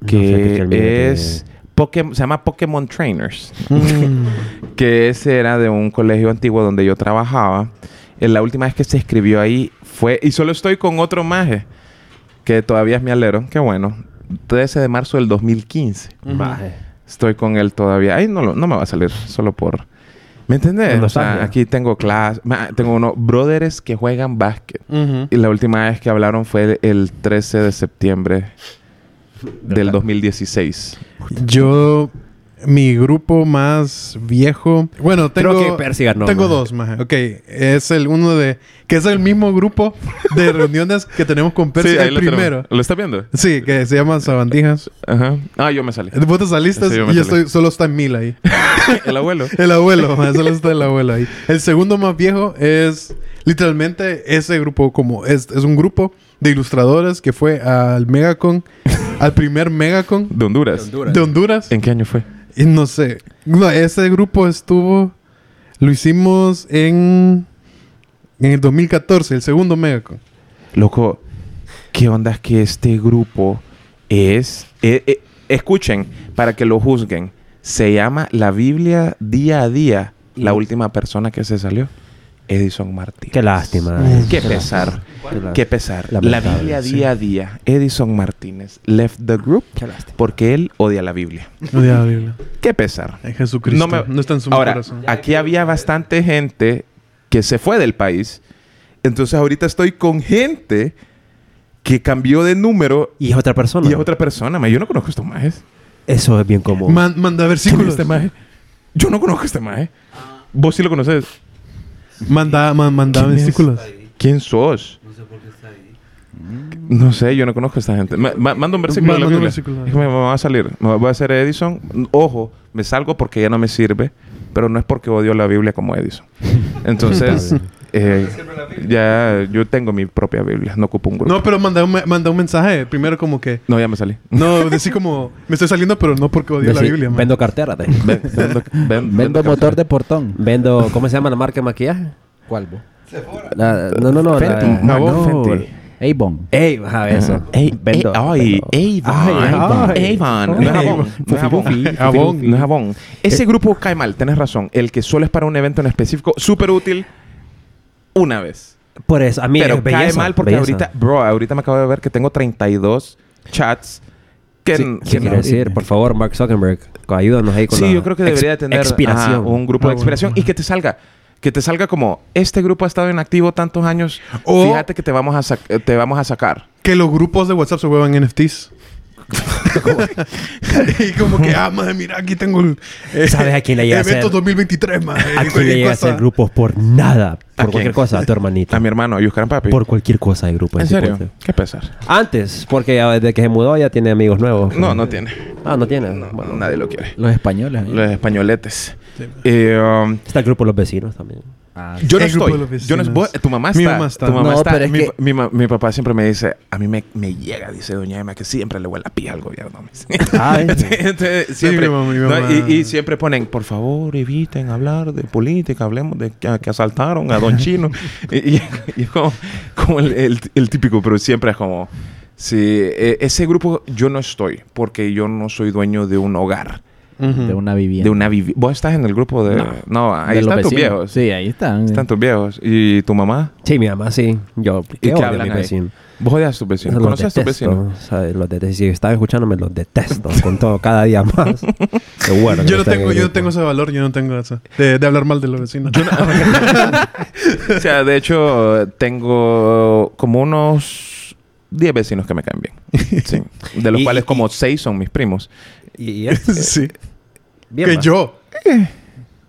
[SPEAKER 3] No, fíjate
[SPEAKER 1] que
[SPEAKER 3] el mío tiene-
[SPEAKER 1] es Pokémon, se llama Pokémon Trainers,
[SPEAKER 3] Mm.
[SPEAKER 1] que ese era de un colegio antiguo donde yo trabajaba. Eh, La última vez que se escribió ahí fue y solo estoy con otro maje que todavía es mi alero, qué bueno. 13 de marzo del 2015.
[SPEAKER 3] Maje.
[SPEAKER 1] Estoy con él todavía. Ay, no, lo- no me va a salir solo por ¿Me entendés?
[SPEAKER 3] Por
[SPEAKER 1] O sea,
[SPEAKER 3] nostalgia.
[SPEAKER 1] aquí tengo clase, ma- tengo unos brothers que juegan básquet.
[SPEAKER 5] Ujú.
[SPEAKER 1] Y la última vez que hablaron fue el 13 de septiembre del 2016.
[SPEAKER 5] Yo, mi grupo más viejo. Bueno, tengo.
[SPEAKER 3] Creo que Percy ganó,
[SPEAKER 5] Tengo
[SPEAKER 3] maje.
[SPEAKER 5] dos, maje. Ok, es el uno de. Que es el mismo grupo de reuniones que tenemos con Percy. el
[SPEAKER 1] lo tenemos.
[SPEAKER 5] primero.
[SPEAKER 1] ¿Lo estás viendo?
[SPEAKER 5] Sí, que se llama Sabandijas.
[SPEAKER 1] Ajá. Ah, yo me salí.
[SPEAKER 5] Vos te saliste
[SPEAKER 1] Sí, yo me
[SPEAKER 5] y yo
[SPEAKER 1] salí.
[SPEAKER 5] estoy, solo está en mil ahí.
[SPEAKER 1] el abuelo.
[SPEAKER 5] El abuelo, ma, solo está el abuelo ahí. El segundo más viejo es literalmente ese grupo como es, es un grupo de ilustradores que fue al Megacon, al primer Megacon
[SPEAKER 1] De Honduras.
[SPEAKER 5] de Honduras.
[SPEAKER 1] ¿En qué año fue?
[SPEAKER 5] Y no sé, no, ese grupo estuvo, lo hicimos en en el 2014, el segundo Megacon.
[SPEAKER 1] Loco, ¿qué onda es que este grupo es... eh, eh, escuchen, para que lo juzguen. Se llama La Biblia Día a Día. La última persona que se salió, Edison Martínez.
[SPEAKER 3] Qué lástima.
[SPEAKER 1] Qué pesar.
[SPEAKER 3] lástima.
[SPEAKER 1] Qué pesar. La
[SPEAKER 3] Lamentable,
[SPEAKER 1] Biblia
[SPEAKER 3] sí.
[SPEAKER 1] día a día. Edison Martínez left the group
[SPEAKER 3] Qué lástima.
[SPEAKER 1] porque él odia la Biblia. Qué pesar.
[SPEAKER 5] En Jesucristo. No, está en su
[SPEAKER 1] Ahora,
[SPEAKER 5] corazón.
[SPEAKER 1] aquí había bastante gente que se fue del país. Entonces ahorita estoy con gente que cambió de número
[SPEAKER 3] Y es otra persona.
[SPEAKER 1] y es otra persona. ma. Yo no conozco a estos majes.
[SPEAKER 3] Eso es bien común.
[SPEAKER 5] Man-
[SPEAKER 1] ¿Quién
[SPEAKER 5] manda
[SPEAKER 1] es
[SPEAKER 5] versículos.
[SPEAKER 1] este maje? Yo no conozco a este maje. Vos sí lo conoces.
[SPEAKER 5] Manda, ma- manda
[SPEAKER 1] ¿Quién es?
[SPEAKER 5] versículos.
[SPEAKER 1] ¿Quién sos? Mm.
[SPEAKER 2] No sé por qué está ahí.
[SPEAKER 1] No sé, yo no conozco a esta gente. Ma- ma- manda un versículo. de la
[SPEAKER 5] Manda un
[SPEAKER 1] Biblia.
[SPEAKER 5] versículo.
[SPEAKER 1] Es que me, me va a salir. Me va- voy a hacer Edison. Ojo, me salgo porque ya no me sirve. Pero no es porque odio la Biblia como Edison. Entonces, eh, ya yo tengo mi propia Biblia, no ocupo un grupo.
[SPEAKER 5] No, pero manda un, me- manda un mensaje. Primero como que...
[SPEAKER 1] No, ya me salí.
[SPEAKER 5] No, decir como... Me estoy saliendo, pero no porque odio la
[SPEAKER 3] Decí,
[SPEAKER 5] Biblia, man.
[SPEAKER 3] Vendo cartera. te.
[SPEAKER 1] Ven- Vendo, ven-
[SPEAKER 4] Vendo motor de portón.
[SPEAKER 3] Vendo... ¿Cómo se llama la marca de maquillaje?
[SPEAKER 4] ¿Cuál, vos?
[SPEAKER 3] La- no, no, no. la-
[SPEAKER 1] Fenty.
[SPEAKER 3] no,
[SPEAKER 1] No,
[SPEAKER 3] no.
[SPEAKER 1] Fenty. Eh,
[SPEAKER 4] Avon.
[SPEAKER 3] Ey, a eso.
[SPEAKER 1] Ey,
[SPEAKER 3] Ah. Vendo.
[SPEAKER 1] ey, ay, Avon.
[SPEAKER 3] ay.
[SPEAKER 1] Avon. No es jabón. No es jabón.
[SPEAKER 5] Avon.
[SPEAKER 1] No es
[SPEAKER 3] Eh.
[SPEAKER 1] jabón. Ese grupo cae mal, tenés razón. El que solo es para un evento en específico, súper útil, una vez.
[SPEAKER 3] Por eso, a mí
[SPEAKER 1] Pero
[SPEAKER 3] es belleza,
[SPEAKER 1] cae mal porque
[SPEAKER 3] belleza.
[SPEAKER 1] ahorita, bro, ahorita me acabo de ver que tengo 32 chats que...
[SPEAKER 3] Sí,
[SPEAKER 1] que
[SPEAKER 3] ¿Qué
[SPEAKER 1] no-
[SPEAKER 3] quiere decir? Por favor, Mark Zuckerberg, ayúdanos ahí con
[SPEAKER 1] Sí,
[SPEAKER 3] la
[SPEAKER 1] yo creo que debería
[SPEAKER 3] ex-
[SPEAKER 1] tener
[SPEAKER 3] expiración. Ah,
[SPEAKER 1] ajá, un grupo de expiración y que te salga. Que te salga como, este grupo ha estado inactivo tantos años,
[SPEAKER 3] Oh.
[SPEAKER 5] O-
[SPEAKER 1] fíjate que te vamos a, sac- eh, te vamos a sacar.
[SPEAKER 5] Que los grupos de WhatsApp se vuelvan NFTs. y como que, ah, madre, mira, aquí tengo el... eh,
[SPEAKER 3] ¿Sabes a quién le llega a
[SPEAKER 5] Eventos
[SPEAKER 3] hacer?
[SPEAKER 5] 2023, madre.
[SPEAKER 3] Aquí le llega a hacer grupos por nada.
[SPEAKER 1] ¿A
[SPEAKER 3] Por
[SPEAKER 1] quién?
[SPEAKER 3] cualquier cosa, a tu hermanito.
[SPEAKER 1] A mi hermano, Yuscaran Papi.
[SPEAKER 3] Por cualquier cosa hay grupos.
[SPEAKER 1] ¿En
[SPEAKER 3] de ese
[SPEAKER 1] serio?
[SPEAKER 3] porte.
[SPEAKER 1] Qué pesar.
[SPEAKER 3] Antes, porque ya desde que se mudó ya tiene amigos nuevos.
[SPEAKER 1] No, no tiene.
[SPEAKER 3] Ah, no tiene.
[SPEAKER 1] Bueno, nadie lo quiere.
[SPEAKER 4] Los españoles. ¿eh?
[SPEAKER 1] Los españoletes. Eh, um,
[SPEAKER 3] Está el grupo de los vecinos también.
[SPEAKER 1] yo no
[SPEAKER 5] El grupo de
[SPEAKER 1] estoy.
[SPEAKER 5] los
[SPEAKER 1] Yo no
[SPEAKER 5] vecinos.
[SPEAKER 1] voy- tu mamá está.
[SPEAKER 5] Mi mamá está.
[SPEAKER 1] Tu mamá
[SPEAKER 4] No,
[SPEAKER 1] está.
[SPEAKER 4] pero es
[SPEAKER 1] mi,
[SPEAKER 4] que-
[SPEAKER 1] mi ma- mi papá siempre me dice, a mí me, me llega, dice Doña Emma, que siempre le huele la pija al gobierno. me dice.
[SPEAKER 3] Ah, ¿eh?
[SPEAKER 1] Entonces, siempre,
[SPEAKER 5] mi mamá, mi
[SPEAKER 1] ¿no?
[SPEAKER 5] mamá.
[SPEAKER 1] y, y siempre ponen, por favor, eviten hablar de política, hablemos de que, que asaltaron a Don Chino. y, y- y es como, como el, el- el típico, pero siempre es como, sí, eh, ese grupo yo no estoy, porque yo no soy dueño de un hogar,
[SPEAKER 4] De una
[SPEAKER 1] de
[SPEAKER 4] vivienda.
[SPEAKER 1] una vivi- Vos estás en el grupo de... No, ahí
[SPEAKER 4] De los
[SPEAKER 1] están tus
[SPEAKER 4] vecinos.
[SPEAKER 1] viejos.
[SPEAKER 4] Sí, ahí están. eh.
[SPEAKER 1] Están tus viejos. ¿Y tu mamá?
[SPEAKER 3] Sí, mi mamá, sí.
[SPEAKER 1] ¿Y
[SPEAKER 3] Yo, ¿qué
[SPEAKER 1] qué
[SPEAKER 3] odio a
[SPEAKER 1] hablan
[SPEAKER 3] mi
[SPEAKER 1] ahí?
[SPEAKER 3] vecino?
[SPEAKER 1] Vos odias a tus
[SPEAKER 3] Yo
[SPEAKER 1] vecinos.
[SPEAKER 3] los
[SPEAKER 1] ¿Conoces a este tus
[SPEAKER 3] detesto,
[SPEAKER 1] vecinos?
[SPEAKER 3] o sea, los detesto. Si están escuchándome, los detesto con todo, cada día más. Qué bueno que
[SPEAKER 5] Yo no
[SPEAKER 3] están en
[SPEAKER 5] tengo,
[SPEAKER 3] el
[SPEAKER 5] yo no
[SPEAKER 3] grupo.
[SPEAKER 5] tengo ese valor, yo no tengo eso. De, de hablar mal de los vecinos.
[SPEAKER 1] o sea, de hecho, tengo como unos 10 vecinos que me caen bien. Sí. De los
[SPEAKER 3] Y-
[SPEAKER 1] cuales como 6 son mis primos.
[SPEAKER 3] Y, y es
[SPEAKER 5] sí.
[SPEAKER 3] bien,
[SPEAKER 5] que
[SPEAKER 3] va.
[SPEAKER 5] yo.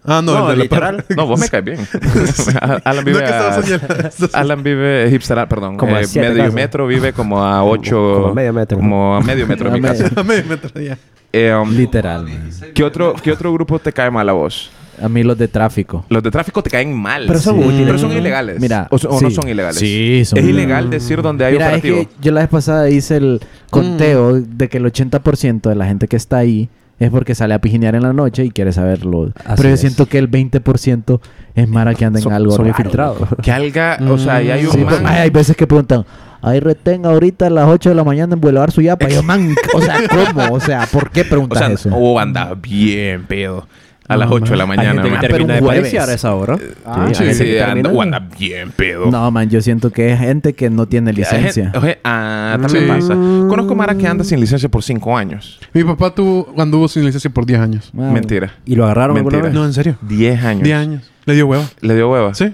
[SPEAKER 5] Ah, no,
[SPEAKER 3] No,
[SPEAKER 5] el de la
[SPEAKER 3] literal.
[SPEAKER 5] par-
[SPEAKER 1] No, vos me caes bien. Alan
[SPEAKER 5] No,
[SPEAKER 1] vive
[SPEAKER 5] que
[SPEAKER 1] a-
[SPEAKER 5] estaba soñando.
[SPEAKER 1] Alan vive hipster, perdón,
[SPEAKER 3] Como a
[SPEAKER 1] eh,
[SPEAKER 3] siete
[SPEAKER 1] medio
[SPEAKER 3] casas.
[SPEAKER 1] metro vive como a
[SPEAKER 3] Como-
[SPEAKER 1] 8
[SPEAKER 3] como a medio metro.
[SPEAKER 1] como a medio metro de mi
[SPEAKER 4] A medio-
[SPEAKER 1] casa.
[SPEAKER 5] A mí me traía.
[SPEAKER 1] Eh, um,
[SPEAKER 4] Literal. man.
[SPEAKER 1] ¿qué otro qué otro grupo te cae mal a vos?
[SPEAKER 4] A mí los de tráfico.
[SPEAKER 1] Los de tráfico te caen mal.
[SPEAKER 3] Pero son útiles.
[SPEAKER 1] Pero son ilegales.
[SPEAKER 4] Mira,
[SPEAKER 1] o, so- o no
[SPEAKER 4] sí.
[SPEAKER 1] son ilegales.
[SPEAKER 4] Sí, son
[SPEAKER 1] Es
[SPEAKER 4] ilegales.
[SPEAKER 1] ilegal decir donde hay
[SPEAKER 4] Mira, es
[SPEAKER 1] operativo. Mm.
[SPEAKER 4] que yo la vez pasada hice el conteo de que el 80% de la gente que está ahí es porque sale a pijinear en la noche y quiere saberlo.
[SPEAKER 3] Así
[SPEAKER 4] Pero yo
[SPEAKER 3] es.
[SPEAKER 4] siento que el 20% es mara que anda en
[SPEAKER 3] Son-
[SPEAKER 4] algo
[SPEAKER 3] son
[SPEAKER 4] raro.
[SPEAKER 3] infiltrados.
[SPEAKER 1] Que alga, o sea, y hay un
[SPEAKER 4] Sí,
[SPEAKER 1] man-
[SPEAKER 4] pero- ay, hay veces que preguntan, ahí retén ahorita a las 8 de la mañana en Boulevard Suyapa. Y yo, man, o sea, ¿cómo? O sea, ¿por qué
[SPEAKER 1] O
[SPEAKER 4] preguntas
[SPEAKER 1] sea,
[SPEAKER 4] eso?
[SPEAKER 1] o anda bien pedo a las 8 de la
[SPEAKER 3] Hay
[SPEAKER 1] mañana.
[SPEAKER 3] gente que
[SPEAKER 1] man.
[SPEAKER 3] termina de
[SPEAKER 4] pero un jueves.
[SPEAKER 3] parecer a esa hora.
[SPEAKER 4] Ah,
[SPEAKER 1] Sí,
[SPEAKER 3] hay gente que
[SPEAKER 1] sí, anda,
[SPEAKER 3] termina.
[SPEAKER 1] o anda bien pedo.
[SPEAKER 4] No, man, yo siento que es gente que no tiene
[SPEAKER 1] Hay gente-
[SPEAKER 4] licencia.
[SPEAKER 1] oye, ah, también
[SPEAKER 5] Sí.
[SPEAKER 1] pasa. Conozco Mara que anda sin licencia por 5 años.
[SPEAKER 5] Mi papá tuvo, anduvo sin licencia por 10 años.
[SPEAKER 4] Wow.
[SPEAKER 1] Mentira.
[SPEAKER 3] ¿Y lo agarraron alguna
[SPEAKER 1] Mentira.
[SPEAKER 3] vez?
[SPEAKER 5] No, en serio.
[SPEAKER 1] 10 años.
[SPEAKER 5] 10 años. Le dio hueva.
[SPEAKER 1] ¿Le dio
[SPEAKER 3] Ah.
[SPEAKER 1] hueva?
[SPEAKER 5] Sí.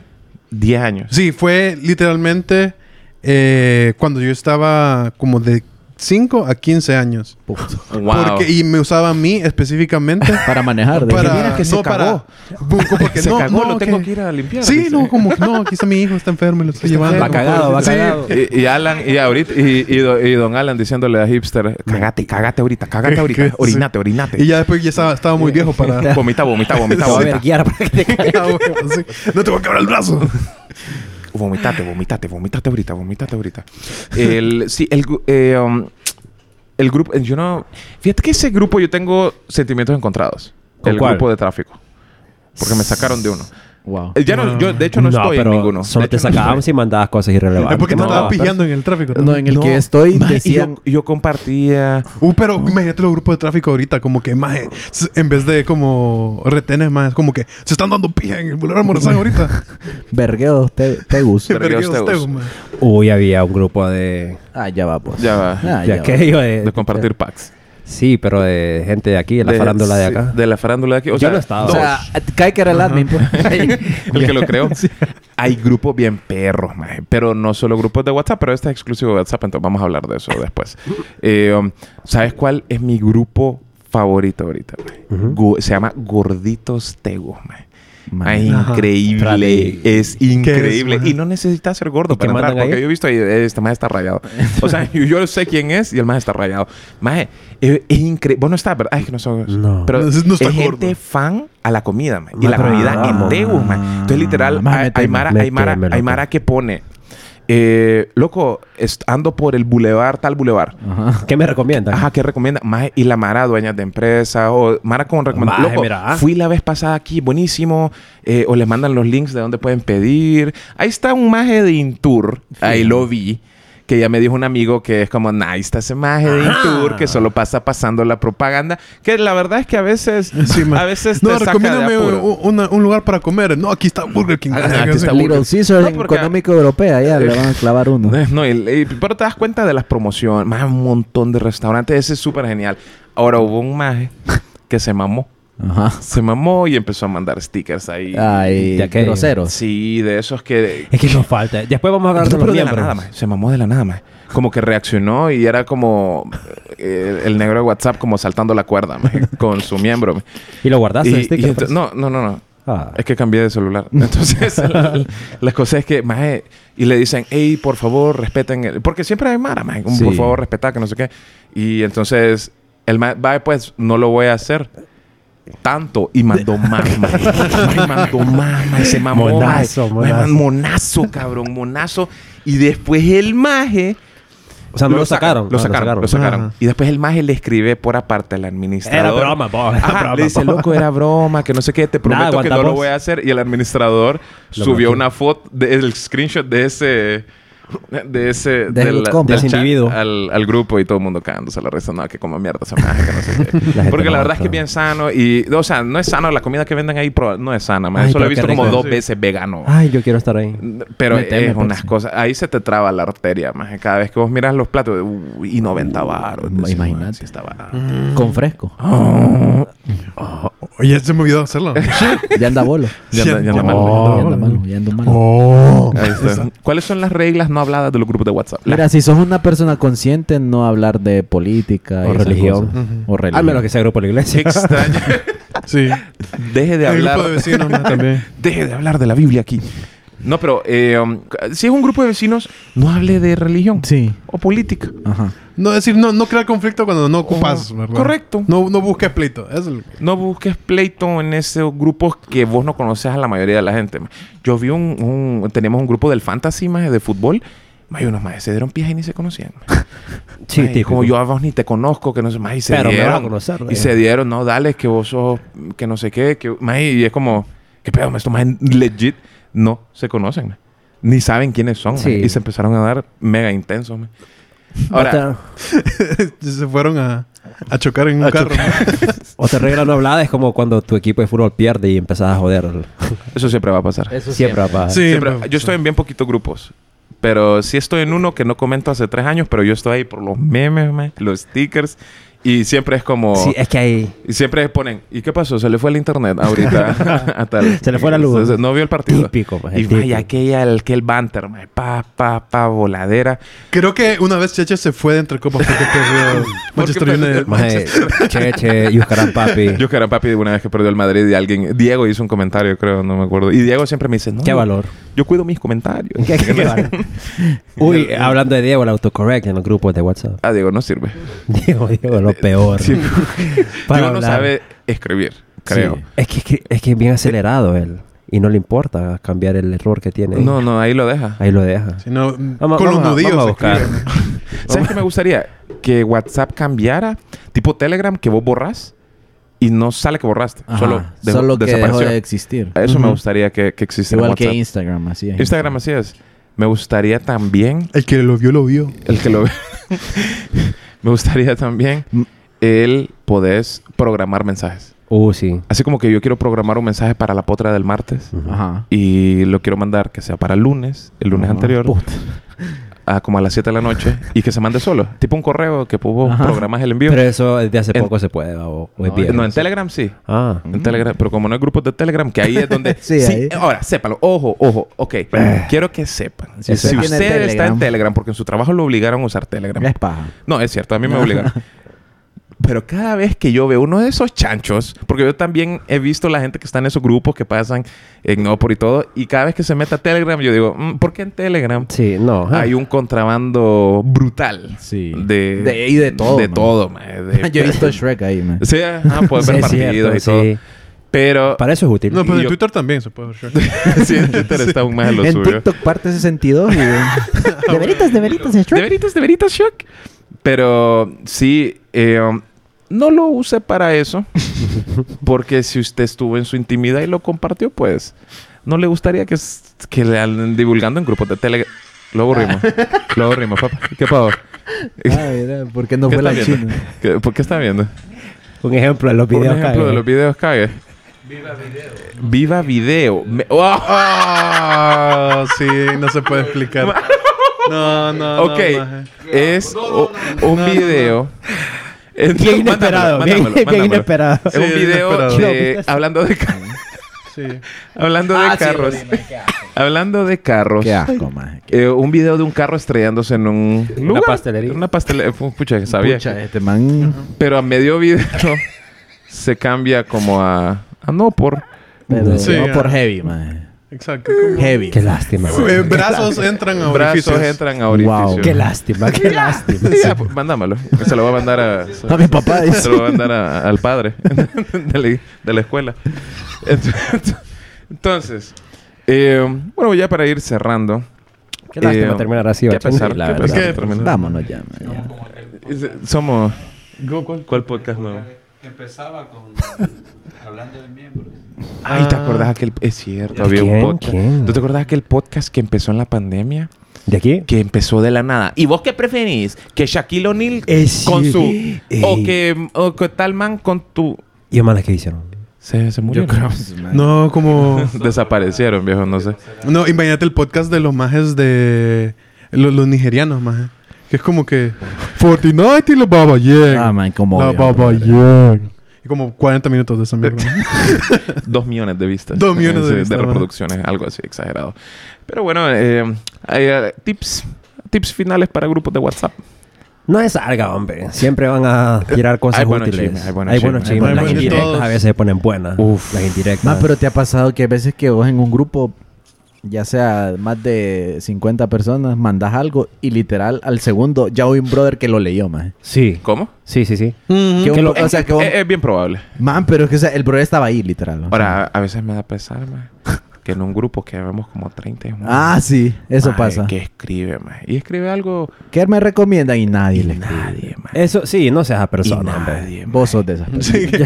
[SPEAKER 1] 10 años.
[SPEAKER 5] Sí, fue literalmente eh, cuando yo estaba como de 5 a 15 años.
[SPEAKER 1] Wow.
[SPEAKER 5] Porque, y me usaba a mí específicamente.
[SPEAKER 4] Para manejar. de-
[SPEAKER 5] para,
[SPEAKER 1] Que mira que se
[SPEAKER 5] no,
[SPEAKER 1] cagó.
[SPEAKER 5] para- bu- como que
[SPEAKER 1] se
[SPEAKER 5] no,
[SPEAKER 1] cagó,
[SPEAKER 5] no,
[SPEAKER 1] lo tengo que...
[SPEAKER 5] que-
[SPEAKER 1] ir a limpiar.
[SPEAKER 5] Sí,
[SPEAKER 1] dice.
[SPEAKER 5] no, como que no, aquí está mi hijo, está enfermo y lo estoy llevando.
[SPEAKER 3] Va cagado, va
[SPEAKER 5] Sí.
[SPEAKER 3] cagado.
[SPEAKER 1] Y, y Alan, y ahorita, y, y do- y don Alan diciéndole a hipster, cagate, cagate ahorita, cagate
[SPEAKER 5] Sí.
[SPEAKER 1] ahorita, orinate, orinate.
[SPEAKER 5] Y ya después ya estaba, estaba muy viejo para...
[SPEAKER 1] Vomita, vomita, vomita,
[SPEAKER 3] Te va a
[SPEAKER 1] vomita.
[SPEAKER 3] verguiar para que te
[SPEAKER 5] Ah, bueno, sí. No te voy a quebrar el brazo.
[SPEAKER 1] Vomitate, vomitate, vomitate ahorita, vomitate ahorita. El, sí, el, gru- eh, um, el grupo, eh, yo no. Fíjate que ese grupo yo tengo sentimientos encontrados.
[SPEAKER 3] ¿Con
[SPEAKER 1] el
[SPEAKER 3] cuál?
[SPEAKER 1] grupo de tráfico. Porque me sacaron de uno.
[SPEAKER 4] Wow.
[SPEAKER 1] Eh, Ya no, yo de hecho no, estoy en ninguno. De
[SPEAKER 3] Solo te
[SPEAKER 1] hecho, no
[SPEAKER 3] sacábamos
[SPEAKER 1] estoy.
[SPEAKER 3] y mandabas cosas irrelevantes.
[SPEAKER 5] Es porque te
[SPEAKER 3] No,
[SPEAKER 5] estaba
[SPEAKER 3] pero-
[SPEAKER 5] pillando en el tráfico. ¿no?
[SPEAKER 4] No, en el
[SPEAKER 1] No,
[SPEAKER 4] que estoy
[SPEAKER 1] ma, y
[SPEAKER 4] decían...
[SPEAKER 1] yo, yo compartía.
[SPEAKER 5] Uh, pero imagínate los grupos de tráfico ahorita, como que más, en vez de como retenes más, como que se están dando pija en el Boulevard Morazán ahorita.
[SPEAKER 4] Vergueos, te, te gusta.
[SPEAKER 1] Vergueos
[SPEAKER 5] Vergueos
[SPEAKER 1] teus.
[SPEAKER 5] teus, man.
[SPEAKER 3] Uy, había un grupo de...
[SPEAKER 4] Ah, ya va, pues.
[SPEAKER 1] Ya va.
[SPEAKER 4] Ah,
[SPEAKER 3] ¿De
[SPEAKER 4] ya va.
[SPEAKER 3] aquello? De,
[SPEAKER 1] De compartir packs.
[SPEAKER 3] Sí, pero de gente de aquí, de la farándula de
[SPEAKER 1] sí,
[SPEAKER 3] acá.
[SPEAKER 1] De la farándula de aquí. O
[SPEAKER 3] Yo
[SPEAKER 1] sea,
[SPEAKER 3] no estaba.
[SPEAKER 4] O
[SPEAKER 1] dos.
[SPEAKER 4] sea, cae que era el admin, pues.
[SPEAKER 1] el que lo creó. Hay grupos bien perros, maje. Pero no solo grupos de WhatsApp, pero este es exclusivo de WhatsApp, entonces vamos a hablar de eso después. Eh, um, ¿Sabes cuál es mi grupo favorito ahorita, maje? Gu- Se llama Gorditos Tegos, maje. Ah,
[SPEAKER 4] Mae.
[SPEAKER 1] increíble. Es increíble.
[SPEAKER 5] maje?
[SPEAKER 1] Y no necesitas ser gordo
[SPEAKER 3] ¿Y qué
[SPEAKER 1] para entrar.
[SPEAKER 3] mandan ahí?
[SPEAKER 1] Porque yo he visto ahí, eh, este maje está rayado. O sea, yo, yo sé quién es y el maje está rayado. Maje, eh, es increíble. Vos no estás, ¿verdad? Es que no sos.
[SPEAKER 3] No.
[SPEAKER 1] Pero
[SPEAKER 5] No,
[SPEAKER 1] es,
[SPEAKER 5] no está gordo.
[SPEAKER 1] gente fan a la comida, maje. Y
[SPEAKER 3] Ma,
[SPEAKER 1] la
[SPEAKER 3] pero
[SPEAKER 1] comida
[SPEAKER 3] no,
[SPEAKER 1] en Deus, maje. Entonces, literal,
[SPEAKER 4] Maje,
[SPEAKER 1] hay-
[SPEAKER 4] méteme,
[SPEAKER 1] hay mara- hay mara-
[SPEAKER 3] méteme, loco.
[SPEAKER 1] hay mara que pone. eh, loco, est- ando por el bulevar, tal bulevar.
[SPEAKER 4] Ajá.
[SPEAKER 3] ¿Qué me recomiendas?
[SPEAKER 1] Ajá, ¿qué recomienda? Maje, y la Mara, dueñas de empresa, o Mara con
[SPEAKER 3] Maje,
[SPEAKER 1] recomendación. Loco,
[SPEAKER 3] mira, ah.
[SPEAKER 1] fui la vez pasada aquí, buenísimo. eh, o les mandan los links de donde pueden pedir. Ahí está un maje de Intour. Ahí lo vi. Que ya me dijo un amigo que es como, nice, está ese maje de
[SPEAKER 5] Ah.
[SPEAKER 1] Intour que solo pasa pasando la propaganda. Que la verdad es que a veces,
[SPEAKER 5] Sí, man.
[SPEAKER 1] a veces te
[SPEAKER 5] No,
[SPEAKER 1] saca de
[SPEAKER 5] recomiéndame
[SPEAKER 1] apuro.
[SPEAKER 5] u- una- un lugar para comer. No, aquí está Burger King.
[SPEAKER 1] Ah, aquí está
[SPEAKER 4] Little Caesar
[SPEAKER 1] No, porque-
[SPEAKER 4] económico europea, ya le van a clavar uno.
[SPEAKER 1] No, y- y- pero te das cuenta de las promociones. Más un montón de restaurantes. Ese es súper genial. Ahora hubo un maje que se mamó.
[SPEAKER 4] Ajá.
[SPEAKER 1] Se mamó y empezó a mandar stickers ahí.
[SPEAKER 4] Ay,
[SPEAKER 3] ¿De aquello?
[SPEAKER 4] groseros.
[SPEAKER 1] Sí, de esos que...
[SPEAKER 3] Es que nos falta. Después vamos a hablar de
[SPEAKER 1] No,
[SPEAKER 3] los
[SPEAKER 1] pero de la
[SPEAKER 3] miembros.
[SPEAKER 1] nada, mae. Se mamó de la nada, mae. Como que reaccionó y era como eh, el negro de WhatsApp como saltando la cuerda, mae, con su miembro. mae.
[SPEAKER 3] y lo guardaste.
[SPEAKER 1] Y-
[SPEAKER 3] el sticker,
[SPEAKER 1] y ento-
[SPEAKER 3] pues?
[SPEAKER 1] no, no, no, no.
[SPEAKER 3] Ah.
[SPEAKER 1] Es que cambié de celular. Entonces, la, la cosa es que, mae, y le dicen, hey, por favor, respeten. el-". Porque siempre hay mara, mae, como,
[SPEAKER 4] Sí.
[SPEAKER 1] por favor, respetá, que no sé qué. Y entonces, el mae, "Va, pues, no lo voy a hacer. Tanto y mandó más, mae. Mae, mandó más, mae, se mamó.
[SPEAKER 3] Monazo,
[SPEAKER 1] mae. Mae,
[SPEAKER 3] monazo.
[SPEAKER 1] monazo, cabrón, monazo. Y después el maje.
[SPEAKER 3] o sea, no lo
[SPEAKER 1] saca-
[SPEAKER 3] sacaron.
[SPEAKER 1] Lo
[SPEAKER 3] Ah,
[SPEAKER 1] sacaron, lo sacaron.
[SPEAKER 5] Ajá.
[SPEAKER 1] Y después el maje le escribe por aparte al administrador.
[SPEAKER 3] Era broma, po. Era
[SPEAKER 1] Ajá,
[SPEAKER 3] broma,
[SPEAKER 1] le dice,
[SPEAKER 3] po.
[SPEAKER 1] loco, era broma, que no sé qué, te prometo que no
[SPEAKER 3] aguantamos.
[SPEAKER 1] lo voy a hacer. Y el administrador
[SPEAKER 3] Lo
[SPEAKER 1] subió
[SPEAKER 3] bloqueó.
[SPEAKER 1] una foto, de- el screenshot de ese... De ese...
[SPEAKER 4] De
[SPEAKER 1] del-
[SPEAKER 4] el compa.
[SPEAKER 1] del
[SPEAKER 3] De ese
[SPEAKER 1] chat
[SPEAKER 3] individuo.
[SPEAKER 1] Al, al grupo y todo el mundo cagándose la risa. No, que como mierda esa maje, que no sé qué.
[SPEAKER 3] La gente
[SPEAKER 1] Porque la
[SPEAKER 3] no
[SPEAKER 1] verdad es que es bien sano y... O sea, no es sano. La comida que venden ahí pro- no es sana. man.
[SPEAKER 3] Ay,
[SPEAKER 1] Eso lo he
[SPEAKER 3] pero
[SPEAKER 1] visto
[SPEAKER 3] qué
[SPEAKER 1] como
[SPEAKER 3] rico. Ah,
[SPEAKER 1] dos
[SPEAKER 5] Sí.
[SPEAKER 1] veces vegano.
[SPEAKER 3] Ay, yo quiero estar ahí.
[SPEAKER 1] Pero
[SPEAKER 4] Meteme,
[SPEAKER 3] pues.
[SPEAKER 1] es unas
[SPEAKER 4] Pepsi.
[SPEAKER 1] cosas. Ahí se te traba la arteria, más. Cada vez que vos miras los platos, uy, y 90 baros.
[SPEAKER 4] Ma-
[SPEAKER 1] Decís,
[SPEAKER 4] imagínate.
[SPEAKER 1] "Man, sí está barato".
[SPEAKER 4] Con fresco.
[SPEAKER 5] Oye, se me olvidó hacerlo.
[SPEAKER 4] Ya anda bolo.
[SPEAKER 1] Ya anda- ya anda mal.
[SPEAKER 5] Oh.
[SPEAKER 4] Ya anda malo, ya anda malo.
[SPEAKER 5] Oh.
[SPEAKER 1] Ahí está. ¿Cuáles son las reglas no habladas de los grupos de WhatsApp? La-
[SPEAKER 4] Mira, si sos una persona consciente, no hablar de política
[SPEAKER 3] O
[SPEAKER 4] y esas
[SPEAKER 3] religión.
[SPEAKER 4] cosas. O
[SPEAKER 3] A
[SPEAKER 4] religión.
[SPEAKER 3] menos que sea grupo de la iglesia.
[SPEAKER 1] Extraño.
[SPEAKER 5] Sí.
[SPEAKER 1] Deje de
[SPEAKER 5] El grupo de
[SPEAKER 1] hablar.
[SPEAKER 5] vecinos ¿no? también.
[SPEAKER 1] Deje de hablar de la Biblia aquí. No, pero eh, um, si es un grupo de vecinos, no hable de religión
[SPEAKER 4] Sí.
[SPEAKER 1] o política.
[SPEAKER 4] Ajá.
[SPEAKER 5] No, es decir, no, no crear conflicto cuando no ocupas,
[SPEAKER 1] Oh,
[SPEAKER 5] ¿verdad?
[SPEAKER 1] correcto.
[SPEAKER 5] No, no busques pleito. Es el-
[SPEAKER 1] No busques pleito en esos grupos que vos no conoces a la mayoría de la gente. ma. Yo vi un... un- teníamos un grupo del fantasy, más de fútbol. ma, y unos más se dieron pies y ni se conocían. ma. Ma, y
[SPEAKER 3] típico.
[SPEAKER 1] como yo a vos ni te conozco, que no sé más. Y se
[SPEAKER 3] Pero me
[SPEAKER 1] dieron.
[SPEAKER 3] vas a conocer,
[SPEAKER 1] y
[SPEAKER 3] eh.
[SPEAKER 1] se dieron, no, dale, que vos sos... Que no sé qué. Que, ma, y es como... ¿Qué pedo? ma? Estos más legit no se conocen. ma. Ni saben quiénes son. ma.
[SPEAKER 3] Sí.
[SPEAKER 1] Y se empezaron a dar mega intensos. ma.
[SPEAKER 3] O
[SPEAKER 1] Ahora...
[SPEAKER 3] te-
[SPEAKER 5] se fueron a, a chocar en un carro.
[SPEAKER 3] O te regla no hablada es como cuando tu equipo de fútbol pierde y empezás a joder.
[SPEAKER 1] Eso siempre va a pasar.
[SPEAKER 3] Eso siempre va a pasar.
[SPEAKER 5] Sí,
[SPEAKER 1] Siempre-
[SPEAKER 5] me-
[SPEAKER 1] yo estoy en bien poquitos grupos. Pero sí estoy en uno que no comento hace tres años, pero yo estoy ahí por los memes, mae, los stickers. Y siempre es como...
[SPEAKER 3] Sí, es que ahí.
[SPEAKER 1] Y siempre ponen, ¿y qué pasó? Se le fue el internet ahorita. a tal.
[SPEAKER 3] Se le fue la luz.
[SPEAKER 1] Entonces, no vio el partido.
[SPEAKER 3] Típico, pues, el
[SPEAKER 1] Y
[SPEAKER 3] típico.
[SPEAKER 1] vaya, aquella, el, aquel banter, mae, pa, pa, pa, voladera.
[SPEAKER 5] Creo que una vez Cheche se fue de entre copas porque perdió Manchester
[SPEAKER 1] perdió
[SPEAKER 5] United.
[SPEAKER 3] Maje, che, che, Yuscarán papi.
[SPEAKER 1] Yo que era papi una vez que perdió el Madrid y alguien... Diego hizo un comentario, creo, no me acuerdo. Y Diego siempre me dice, no.
[SPEAKER 3] Qué valor.
[SPEAKER 1] Yo cuido mis comentarios.
[SPEAKER 3] ¿Qué- qué- qué valor? Uy, hablando de Diego, el autocorrect en los grupos de WhatsApp.
[SPEAKER 1] Ah, Diego, no sirve.
[SPEAKER 3] Diego, Diego, lo peor.
[SPEAKER 1] Sí.
[SPEAKER 3] Para
[SPEAKER 1] Diego no
[SPEAKER 3] hablar.
[SPEAKER 1] sabe escribir, creo.
[SPEAKER 3] Sí. Es que- es que es que es bien acelerado él. Y no le importa cambiar el error que tiene.
[SPEAKER 1] No, no, ahí lo deja.
[SPEAKER 3] Ahí lo deja.
[SPEAKER 5] Si no,
[SPEAKER 3] Vamos-
[SPEAKER 5] con los
[SPEAKER 3] vamos a-
[SPEAKER 5] nudillos.
[SPEAKER 3] vamos a
[SPEAKER 5] se
[SPEAKER 3] buscar.
[SPEAKER 5] escribe.
[SPEAKER 1] ¿Sabes qué me gustaría? Que WhatsApp cambiara, tipo Telegram, que vos borras y no sale que borraste.
[SPEAKER 4] Ajá.
[SPEAKER 1] Solo,
[SPEAKER 4] Solo,
[SPEAKER 1] de-
[SPEAKER 4] que
[SPEAKER 1] desapareció.
[SPEAKER 4] dejó de existir.
[SPEAKER 1] A Eso me
[SPEAKER 3] Ujú.
[SPEAKER 1] gustaría que, que existiera.
[SPEAKER 4] Igual
[SPEAKER 1] en
[SPEAKER 4] que
[SPEAKER 1] WhatsApp.
[SPEAKER 4] Instagram, así es.
[SPEAKER 1] Instagram, así es. Me gustaría también
[SPEAKER 5] El que lo vio, lo vio.
[SPEAKER 1] el que lo ve. me gustaría también
[SPEAKER 4] Mm.
[SPEAKER 1] el poder programar mensajes.
[SPEAKER 3] Uh, sí.
[SPEAKER 1] Así como que yo quiero programar un mensaje para la potra del martes.
[SPEAKER 4] Ajá.
[SPEAKER 1] Y lo quiero mandar que sea para el lunes, el lunes
[SPEAKER 4] Ajá.
[SPEAKER 1] anterior.
[SPEAKER 4] Puta.
[SPEAKER 1] a como a las 7 de la noche y que se mande solo. Tipo un correo que pues, vos
[SPEAKER 4] Ajá.
[SPEAKER 1] programas el envío.
[SPEAKER 3] Pero eso desde hace
[SPEAKER 1] En-
[SPEAKER 3] poco se puede. O, o es
[SPEAKER 1] no,
[SPEAKER 3] bien.
[SPEAKER 1] en Telegram sí.
[SPEAKER 3] Ah.
[SPEAKER 1] En Telegram, pero como no hay grupos de Telegram, que ahí es donde...
[SPEAKER 4] Mm. Sí,
[SPEAKER 1] sí,
[SPEAKER 4] ahí. Eh.
[SPEAKER 1] ahora, sépalo. Ojo, ojo, ok. Quiero que sepan.
[SPEAKER 4] Si
[SPEAKER 1] Si,
[SPEAKER 4] usted tiene
[SPEAKER 1] usted está
[SPEAKER 4] Telegram. Eh.
[SPEAKER 1] en Telegram, porque en su trabajo lo obligaron a usar Telegram.
[SPEAKER 4] Es paja.
[SPEAKER 1] No, es cierto, a mí me obligaron. Pero cada vez que yo veo uno de esos chanchos, porque yo también he visto la gente que está en esos grupos que pasan en Opor y todo, y cada vez que se mete a Telegram, yo digo, "Mm, ¿por qué en Telegram?
[SPEAKER 3] Sí, no. ah. ajá.
[SPEAKER 1] Hay un contrabando brutal.
[SPEAKER 4] Sí.
[SPEAKER 1] De,
[SPEAKER 4] De- y de todo,
[SPEAKER 1] De
[SPEAKER 4] man.
[SPEAKER 1] todo, man. De-
[SPEAKER 4] Yo he visto Shrek ahí, man.
[SPEAKER 1] Eh, Sí, ajá, puedes
[SPEAKER 3] Sí,
[SPEAKER 1] ver
[SPEAKER 3] es
[SPEAKER 1] partidos
[SPEAKER 3] cierto,
[SPEAKER 1] y todo.
[SPEAKER 3] sí.
[SPEAKER 1] Pero.
[SPEAKER 3] Para eso es útil.
[SPEAKER 5] No, pero
[SPEAKER 1] Y
[SPEAKER 5] en
[SPEAKER 1] yo-
[SPEAKER 5] Twitter también se puede ver.
[SPEAKER 1] sí, en Twitter está un más de lo
[SPEAKER 4] en
[SPEAKER 1] suyo.
[SPEAKER 4] TikTok parte 62, güey. de veritas, de veritas, de
[SPEAKER 1] De
[SPEAKER 4] Shrek.
[SPEAKER 1] veritas, de veritas, shock. Pero sí, eh, um, no lo use para eso. porque si usted estuvo en su intimidad y lo compartió, pues no le gustaría que, s- que le anden divulgando en grupos de Telegram. Lo aburrimos. lo aburrimos, papá. ¿Qué pavo?
[SPEAKER 4] Ah, mira, ¿por qué no
[SPEAKER 1] ¿Qué
[SPEAKER 4] fue
[SPEAKER 1] está
[SPEAKER 4] la
[SPEAKER 1] viendo?
[SPEAKER 4] china?
[SPEAKER 1] ¿Qué- ¿Por qué está viendo?
[SPEAKER 3] Un ejemplo de los
[SPEAKER 1] Por un
[SPEAKER 3] videos.
[SPEAKER 1] ejemplo
[SPEAKER 3] cague.
[SPEAKER 1] de los videos cague. Viva video. Viva video. Me- ¡Oh! ¡Wow!
[SPEAKER 5] Ah, sí, no se puede explicar. No, no,
[SPEAKER 1] ok.
[SPEAKER 5] no. maje.
[SPEAKER 1] es o- un
[SPEAKER 5] no, no.
[SPEAKER 1] video. Entonces,
[SPEAKER 3] Bien inesperado.
[SPEAKER 1] mándamelo,
[SPEAKER 3] bien-
[SPEAKER 1] mándamelo,
[SPEAKER 3] bien,
[SPEAKER 1] mándamelo.
[SPEAKER 3] inesperado.
[SPEAKER 1] Es un
[SPEAKER 5] Sí,
[SPEAKER 1] video
[SPEAKER 5] inesperado.
[SPEAKER 1] de, hablando de ca-
[SPEAKER 5] Ah, Sí.
[SPEAKER 1] hablando de carros. hablando de carros.
[SPEAKER 4] Qué asco, man.
[SPEAKER 1] Eh, un video de un carro estrellándose en un lugar.
[SPEAKER 3] pastelería.
[SPEAKER 1] Una pastelería. Fu- Pucha, sabía.
[SPEAKER 4] Pucha, este man.
[SPEAKER 1] Pero a medio video se cambia como a, a no por.
[SPEAKER 4] Pero
[SPEAKER 5] Sí,
[SPEAKER 4] no
[SPEAKER 5] ah.
[SPEAKER 4] por heavy, man.
[SPEAKER 5] Exacto. como-
[SPEAKER 4] Heavy.
[SPEAKER 3] pues, Qué lástima. güey.
[SPEAKER 5] Eh, brazos entran a
[SPEAKER 1] Brazos
[SPEAKER 5] orificios.
[SPEAKER 1] entran a
[SPEAKER 4] Wow.
[SPEAKER 1] orificios.
[SPEAKER 3] Qué lástima, qué lástima.
[SPEAKER 1] Sí, ah, pues, mándamelo. Se lo va a mandar a. se-
[SPEAKER 4] A mi papá
[SPEAKER 1] Se
[SPEAKER 4] dice.
[SPEAKER 1] lo va a mandar a- al padre de, la, de la escuela. Ent- Entonces, eh, bueno, ya para ir cerrando.
[SPEAKER 3] Qué lástima
[SPEAKER 1] eh,
[SPEAKER 3] terminar así,
[SPEAKER 1] Qué
[SPEAKER 3] bachín,
[SPEAKER 1] pesar,
[SPEAKER 3] la
[SPEAKER 1] qué
[SPEAKER 3] verdad.
[SPEAKER 5] Es
[SPEAKER 1] pesar
[SPEAKER 5] que-
[SPEAKER 1] terminar.
[SPEAKER 4] Vámonos ya, man. ya.
[SPEAKER 1] Es- Somos...
[SPEAKER 5] ¿Cuál?
[SPEAKER 1] ¿Cuál podcast nuevo?
[SPEAKER 2] Que empezaba con. hablando de miembros.
[SPEAKER 1] Ay, ¿te acordás aquel...? Es cierto, había un
[SPEAKER 3] ¿Quién?
[SPEAKER 1] podcast.
[SPEAKER 3] ¿Quién?
[SPEAKER 1] ¿Tú te acordás aquel podcast que empezó en la pandemia?
[SPEAKER 3] ¿De aquí?
[SPEAKER 1] Que empezó de la nada. ¿Y vos qué preferís? ¿Que Shaquille O'Neal
[SPEAKER 4] Eh,
[SPEAKER 3] Es
[SPEAKER 1] con su...
[SPEAKER 3] cierto.
[SPEAKER 1] O
[SPEAKER 3] Ey.
[SPEAKER 1] que, o que tal man con tu...
[SPEAKER 3] Eh, ¿Y hermanas qué hicieron?
[SPEAKER 1] Se, se murió. ¿no?
[SPEAKER 5] No, como.
[SPEAKER 1] Desaparecieron, viejo, no sé.
[SPEAKER 5] No, imagínate el podcast de los majes de. Los, los nigerianos, maje. Que es como que. Fortnite y los Baba Yang.
[SPEAKER 4] Ah, man, como.
[SPEAKER 5] la
[SPEAKER 4] obvio.
[SPEAKER 5] Baba Yang. Y como 40 minutos de esa mierda.
[SPEAKER 1] Dos millones de vistas.
[SPEAKER 5] Dos millones de
[SPEAKER 1] Sí,
[SPEAKER 5] vistas, ajá.
[SPEAKER 1] reproducciones, algo así exagerado. Pero bueno, eh, hay, eh, tips. Tips finales para grupos de WhatsApp.
[SPEAKER 3] No es alga, hombre. Siempre van a tirar cosas
[SPEAKER 1] Hay buenos
[SPEAKER 3] útiles.
[SPEAKER 1] chismes, hay buenos chismes.
[SPEAKER 5] Hay
[SPEAKER 3] Las
[SPEAKER 5] buenos de
[SPEAKER 3] indirectas
[SPEAKER 5] todos.
[SPEAKER 3] a veces se ponen buenas. Uf. Las indirectas.
[SPEAKER 4] Más, pero te ha pasado que a veces que vos en un grupo, ya sea más de 50 personas, mandas algo y literal al segundo ya hay un brother que lo leyó, man.
[SPEAKER 3] Sí.
[SPEAKER 1] ¿Cómo?
[SPEAKER 3] Sí, sí, sí.
[SPEAKER 5] Mm,
[SPEAKER 4] Que un
[SPEAKER 3] lo-
[SPEAKER 4] bro- o sea, que vos-
[SPEAKER 1] Es, es Eh, bien probable.
[SPEAKER 4] man, pero es que o sea, el brother estaba ahí, literal. o sea.
[SPEAKER 1] Ahora, a veces me da pesar, ma, que en un grupo que vemos como 30. es un-
[SPEAKER 4] Ah, sí, eso
[SPEAKER 1] ma,
[SPEAKER 4] pasa.
[SPEAKER 1] Que escribe, ma. Y escribe algo...
[SPEAKER 4] ¿Qué me recomiendan? Y nadie le escribe.
[SPEAKER 1] Nadie, ma.
[SPEAKER 3] Eso, sí, no seas a
[SPEAKER 1] Y
[SPEAKER 3] persona, hombre.
[SPEAKER 1] nadie, ma.
[SPEAKER 4] Vos sos de esas personas.
[SPEAKER 5] Sí.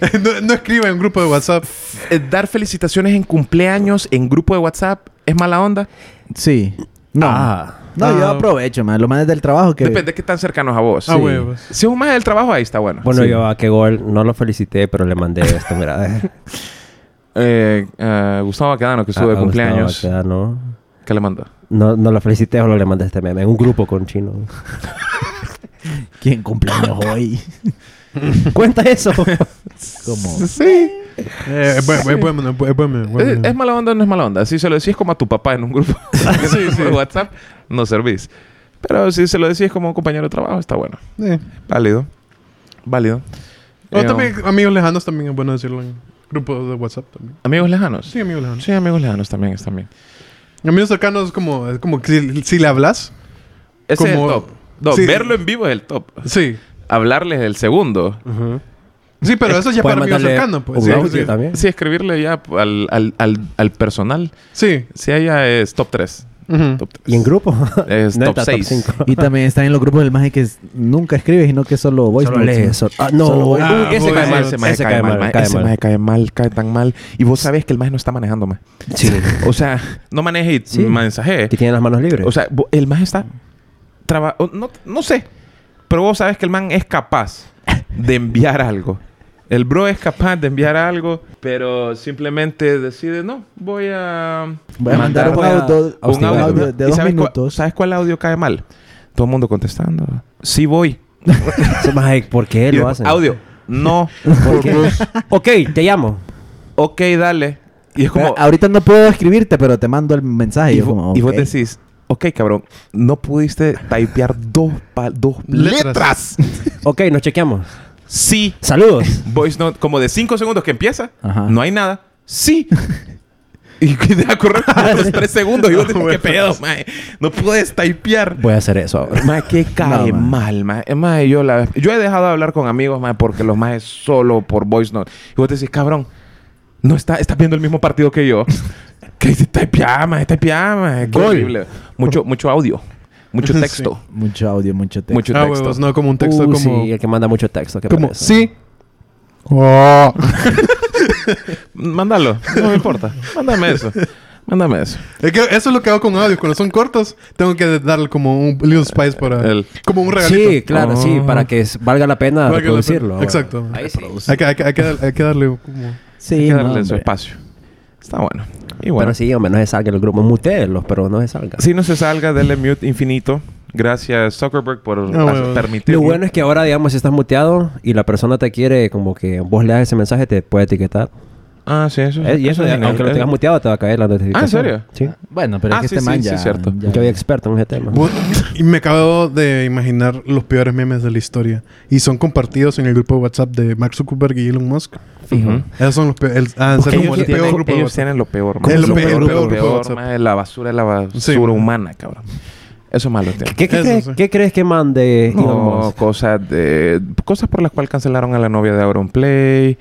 [SPEAKER 5] no, no escriba en un grupo de WhatsApp.
[SPEAKER 1] Eh, Dar felicitaciones en cumpleaños en grupo de WhatsApp es mala onda.
[SPEAKER 4] Sí. No.
[SPEAKER 3] Ah.
[SPEAKER 4] No, yo
[SPEAKER 5] Ah.
[SPEAKER 4] aprovecho, man. Lo más del trabajo que...
[SPEAKER 1] Depende de qué tan cercanos a vos.
[SPEAKER 5] A huevos.
[SPEAKER 1] Si es un más del trabajo, ahí está bueno.
[SPEAKER 3] Bueno,
[SPEAKER 1] Sí.
[SPEAKER 3] yo a que gol no lo felicité, pero le mandé esto, mira.
[SPEAKER 1] Eh, eh, Gustavo Baquedano, que estuvo de
[SPEAKER 3] A- a
[SPEAKER 1] cumpleaños.
[SPEAKER 3] Ah, Gustavo, o sea, no.
[SPEAKER 1] ¿Qué le mandó?
[SPEAKER 3] No, no lo felicité, solo le mandé este meme. En un grupo con chino.
[SPEAKER 4] ¿Quién cumpleaños hoy?
[SPEAKER 3] Cuenta eso.
[SPEAKER 4] Como...
[SPEAKER 1] Sí. Eh,
[SPEAKER 5] Eh, es, bu- es bueno, es bu- es bueno, es eh. bueno.
[SPEAKER 1] Es, es mala onda o no es mala onda. Si se lo decís como a tu papá en un grupo en un grupo de WhatsApp, no servís. Pero si se lo decís como a un compañero de trabajo, está bueno.
[SPEAKER 5] Eh.
[SPEAKER 1] Válido. Válido.
[SPEAKER 5] O
[SPEAKER 1] Eh,
[SPEAKER 5] también, amigos lejanos también es bueno decirlo en grupos de WhatsApp también.
[SPEAKER 1] Amigos lejanos.
[SPEAKER 5] Sí, amigos lejanos.
[SPEAKER 1] Sí, amigos lejanos también está bien.
[SPEAKER 5] Amigos cercanos es como, es como que si, si le hablas.
[SPEAKER 1] Ese es el
[SPEAKER 5] Como-
[SPEAKER 1] top. No,
[SPEAKER 5] Sí.
[SPEAKER 1] verlo en vivo es el top.
[SPEAKER 5] Sí.
[SPEAKER 1] Hablarles el segundo.
[SPEAKER 5] Sí, pero eso ya para amigos cercanos. Pues.
[SPEAKER 3] Eh, un
[SPEAKER 5] Sí,
[SPEAKER 3] audio
[SPEAKER 5] sí.
[SPEAKER 3] también.
[SPEAKER 1] Sí, escribirle ya al, al, al, al personal.
[SPEAKER 5] Sí.
[SPEAKER 1] Si allá es top 3.
[SPEAKER 5] Ujú.
[SPEAKER 1] Top 3.
[SPEAKER 3] Y en grupo.
[SPEAKER 1] Es
[SPEAKER 3] No
[SPEAKER 1] top
[SPEAKER 3] está
[SPEAKER 1] seis.
[SPEAKER 3] cinco.
[SPEAKER 4] Y también está en los grupos del maje que s- nunca escribe, sino que solo voice
[SPEAKER 3] Solo
[SPEAKER 4] notes,
[SPEAKER 3] lee
[SPEAKER 4] ¿no?
[SPEAKER 3] eso. Ah, no.
[SPEAKER 4] Solo voy-
[SPEAKER 5] Ah,
[SPEAKER 1] ese
[SPEAKER 5] voy
[SPEAKER 1] cae
[SPEAKER 5] a-
[SPEAKER 1] mal, ese maje cae mal,
[SPEAKER 3] cae
[SPEAKER 1] ese
[SPEAKER 3] mal.
[SPEAKER 1] maje cae mal, cae tan mal. Y vos sabés que el maje no está manejando, más.
[SPEAKER 3] Sí.
[SPEAKER 1] O sea, no maneje y
[SPEAKER 3] Sí.
[SPEAKER 1] mensaje.
[SPEAKER 3] Que tiene las manos libres.
[SPEAKER 1] O sea, vo- el man está... traba- o No, no sé. Pero vos sabes que el man es capaz de enviar algo. El bro es capaz de enviar algo, pero simplemente decide, no, voy a...
[SPEAKER 4] Voy a mandar un
[SPEAKER 3] voy a-
[SPEAKER 4] audio,
[SPEAKER 3] a
[SPEAKER 4] un
[SPEAKER 3] hostigar,
[SPEAKER 4] audio
[SPEAKER 3] ¿no?
[SPEAKER 1] ¿Y
[SPEAKER 4] de
[SPEAKER 1] sabes
[SPEAKER 4] dos
[SPEAKER 1] cuál-
[SPEAKER 4] minutos.
[SPEAKER 1] ¿Sabes cuál audio cae mal? Todo el mundo contestando. Sí voy.
[SPEAKER 3] Ese maje, ¿Por qué
[SPEAKER 1] Y
[SPEAKER 3] lo
[SPEAKER 1] después,
[SPEAKER 3] hacen?
[SPEAKER 1] Audio. No.
[SPEAKER 3] ¿Por qué? ok, te llamo.
[SPEAKER 1] ok, dale. Y es como...
[SPEAKER 4] Ahorita no puedo escribirte, pero te mando el mensaje.
[SPEAKER 1] Y,
[SPEAKER 4] yo
[SPEAKER 1] vo-
[SPEAKER 4] como,
[SPEAKER 1] y vos
[SPEAKER 4] ok.
[SPEAKER 1] decís, Ok, cabrón, no pudiste typear dos, pa- dos letras.
[SPEAKER 5] Letras.
[SPEAKER 3] Ok, nos chequeamos.
[SPEAKER 1] Sí.
[SPEAKER 3] Saludos.
[SPEAKER 1] Voice note, como de 5 segundos que empieza,
[SPEAKER 4] Ajá.
[SPEAKER 1] no hay nada. Sí. y que deja correr como otros 3 segundos. Y vos dices, ¿qué
[SPEAKER 4] pues.
[SPEAKER 1] pedo, mae? No puedes typear.
[SPEAKER 3] Voy a hacer eso ahora.
[SPEAKER 1] Mae, qué cae
[SPEAKER 4] No, mae.
[SPEAKER 1] mal, mae. Eh, mae, yo, la, yo he dejado de hablar con amigos, mae, porque los maes solo por voice note. Y vos decís, cabrón, no está, estás viendo el mismo partido que yo. que dice, typeá, mae, typeá, mae. Qué
[SPEAKER 5] Gol.
[SPEAKER 1] horrible. Mucho, mucho audio, mucho
[SPEAKER 5] Sí.
[SPEAKER 1] texto.
[SPEAKER 4] Mucho audio, mucho texto.
[SPEAKER 1] Mucho
[SPEAKER 5] Ah,
[SPEAKER 1] texto.
[SPEAKER 5] huevos, no, como un texto
[SPEAKER 3] Uh,
[SPEAKER 5] como...
[SPEAKER 3] Sí, el que manda mucho texto. ¿qué
[SPEAKER 5] como,
[SPEAKER 3] parece?
[SPEAKER 5] sí. Oh.
[SPEAKER 1] Mándalo, no me importa. Mándame eso. Mándame eso.
[SPEAKER 5] Es que eso es lo que hago con audio. Cuando son cortos, tengo que darle como un little spice para...
[SPEAKER 1] El-
[SPEAKER 5] Como un regalito.
[SPEAKER 3] Sí, claro, sí, para que s- valga la pena
[SPEAKER 5] Para que lo-
[SPEAKER 3] reproducirlo.
[SPEAKER 5] Exacto.
[SPEAKER 3] Ahí sí.
[SPEAKER 5] Hay que, hay que- hay que dar- hay que darle como...
[SPEAKER 1] Hay
[SPEAKER 4] Sí,
[SPEAKER 1] que
[SPEAKER 4] no,
[SPEAKER 1] darle su
[SPEAKER 4] hombre.
[SPEAKER 1] espacio. Está bueno. Y bueno.
[SPEAKER 3] Pero sí, hombre, no se salga el grupo. Muteelos, pero no se salga.
[SPEAKER 1] Si no se salga, denle mute infinito. Gracias, Zuckerberg, por
[SPEAKER 5] Ah, bueno.
[SPEAKER 1] permitir.
[SPEAKER 3] Lo bueno es que ahora, digamos, si estás muteado y la persona te quiere, como que vos le das ese mensaje, te puede etiquetar.
[SPEAKER 1] Ah, sí, eso.
[SPEAKER 3] Eh, y eso,
[SPEAKER 1] es
[SPEAKER 3] aunque lo tengas muteado, te va a caer la notificación.
[SPEAKER 1] serio?
[SPEAKER 3] Sí.
[SPEAKER 4] Bueno, pero
[SPEAKER 1] Ah,
[SPEAKER 4] es que
[SPEAKER 1] sí,
[SPEAKER 4] este
[SPEAKER 1] sí,
[SPEAKER 4] man
[SPEAKER 1] sí,
[SPEAKER 4] ya...
[SPEAKER 1] cierto.
[SPEAKER 4] ya-
[SPEAKER 3] Yo soy experto en ese tema.
[SPEAKER 5] Bu- Y me acabo de imaginar los peores memes de la historia. Y son compartidos en el grupo de WhatsApp de Mark Zuckerberg y Elon Musk.
[SPEAKER 3] Fijo.
[SPEAKER 1] Ujú.
[SPEAKER 5] Esos son los peores. El, ah, en serio,
[SPEAKER 1] Ellos,
[SPEAKER 5] como el peor
[SPEAKER 1] tienen,
[SPEAKER 5] grupo de
[SPEAKER 1] ellos
[SPEAKER 5] WhatsApp.
[SPEAKER 1] tienen lo peor.
[SPEAKER 5] ¿Cómo
[SPEAKER 1] man.
[SPEAKER 5] se
[SPEAKER 1] lo
[SPEAKER 5] llama?
[SPEAKER 1] peor,
[SPEAKER 5] El
[SPEAKER 1] lo
[SPEAKER 5] peor,
[SPEAKER 1] peor,
[SPEAKER 5] WhatsApp.
[SPEAKER 1] man. La basura es la basura
[SPEAKER 5] Sí.
[SPEAKER 1] humana, cabrón. Este, Eso es malo. tío.
[SPEAKER 3] ¿Qué, qué
[SPEAKER 5] Eso,
[SPEAKER 3] crees,
[SPEAKER 5] sí.
[SPEAKER 3] qué crees que mande Elon
[SPEAKER 1] No,
[SPEAKER 3] Musk?
[SPEAKER 1] cosas de... Cosas por las cuales cancelaron a la novia de Auron Play.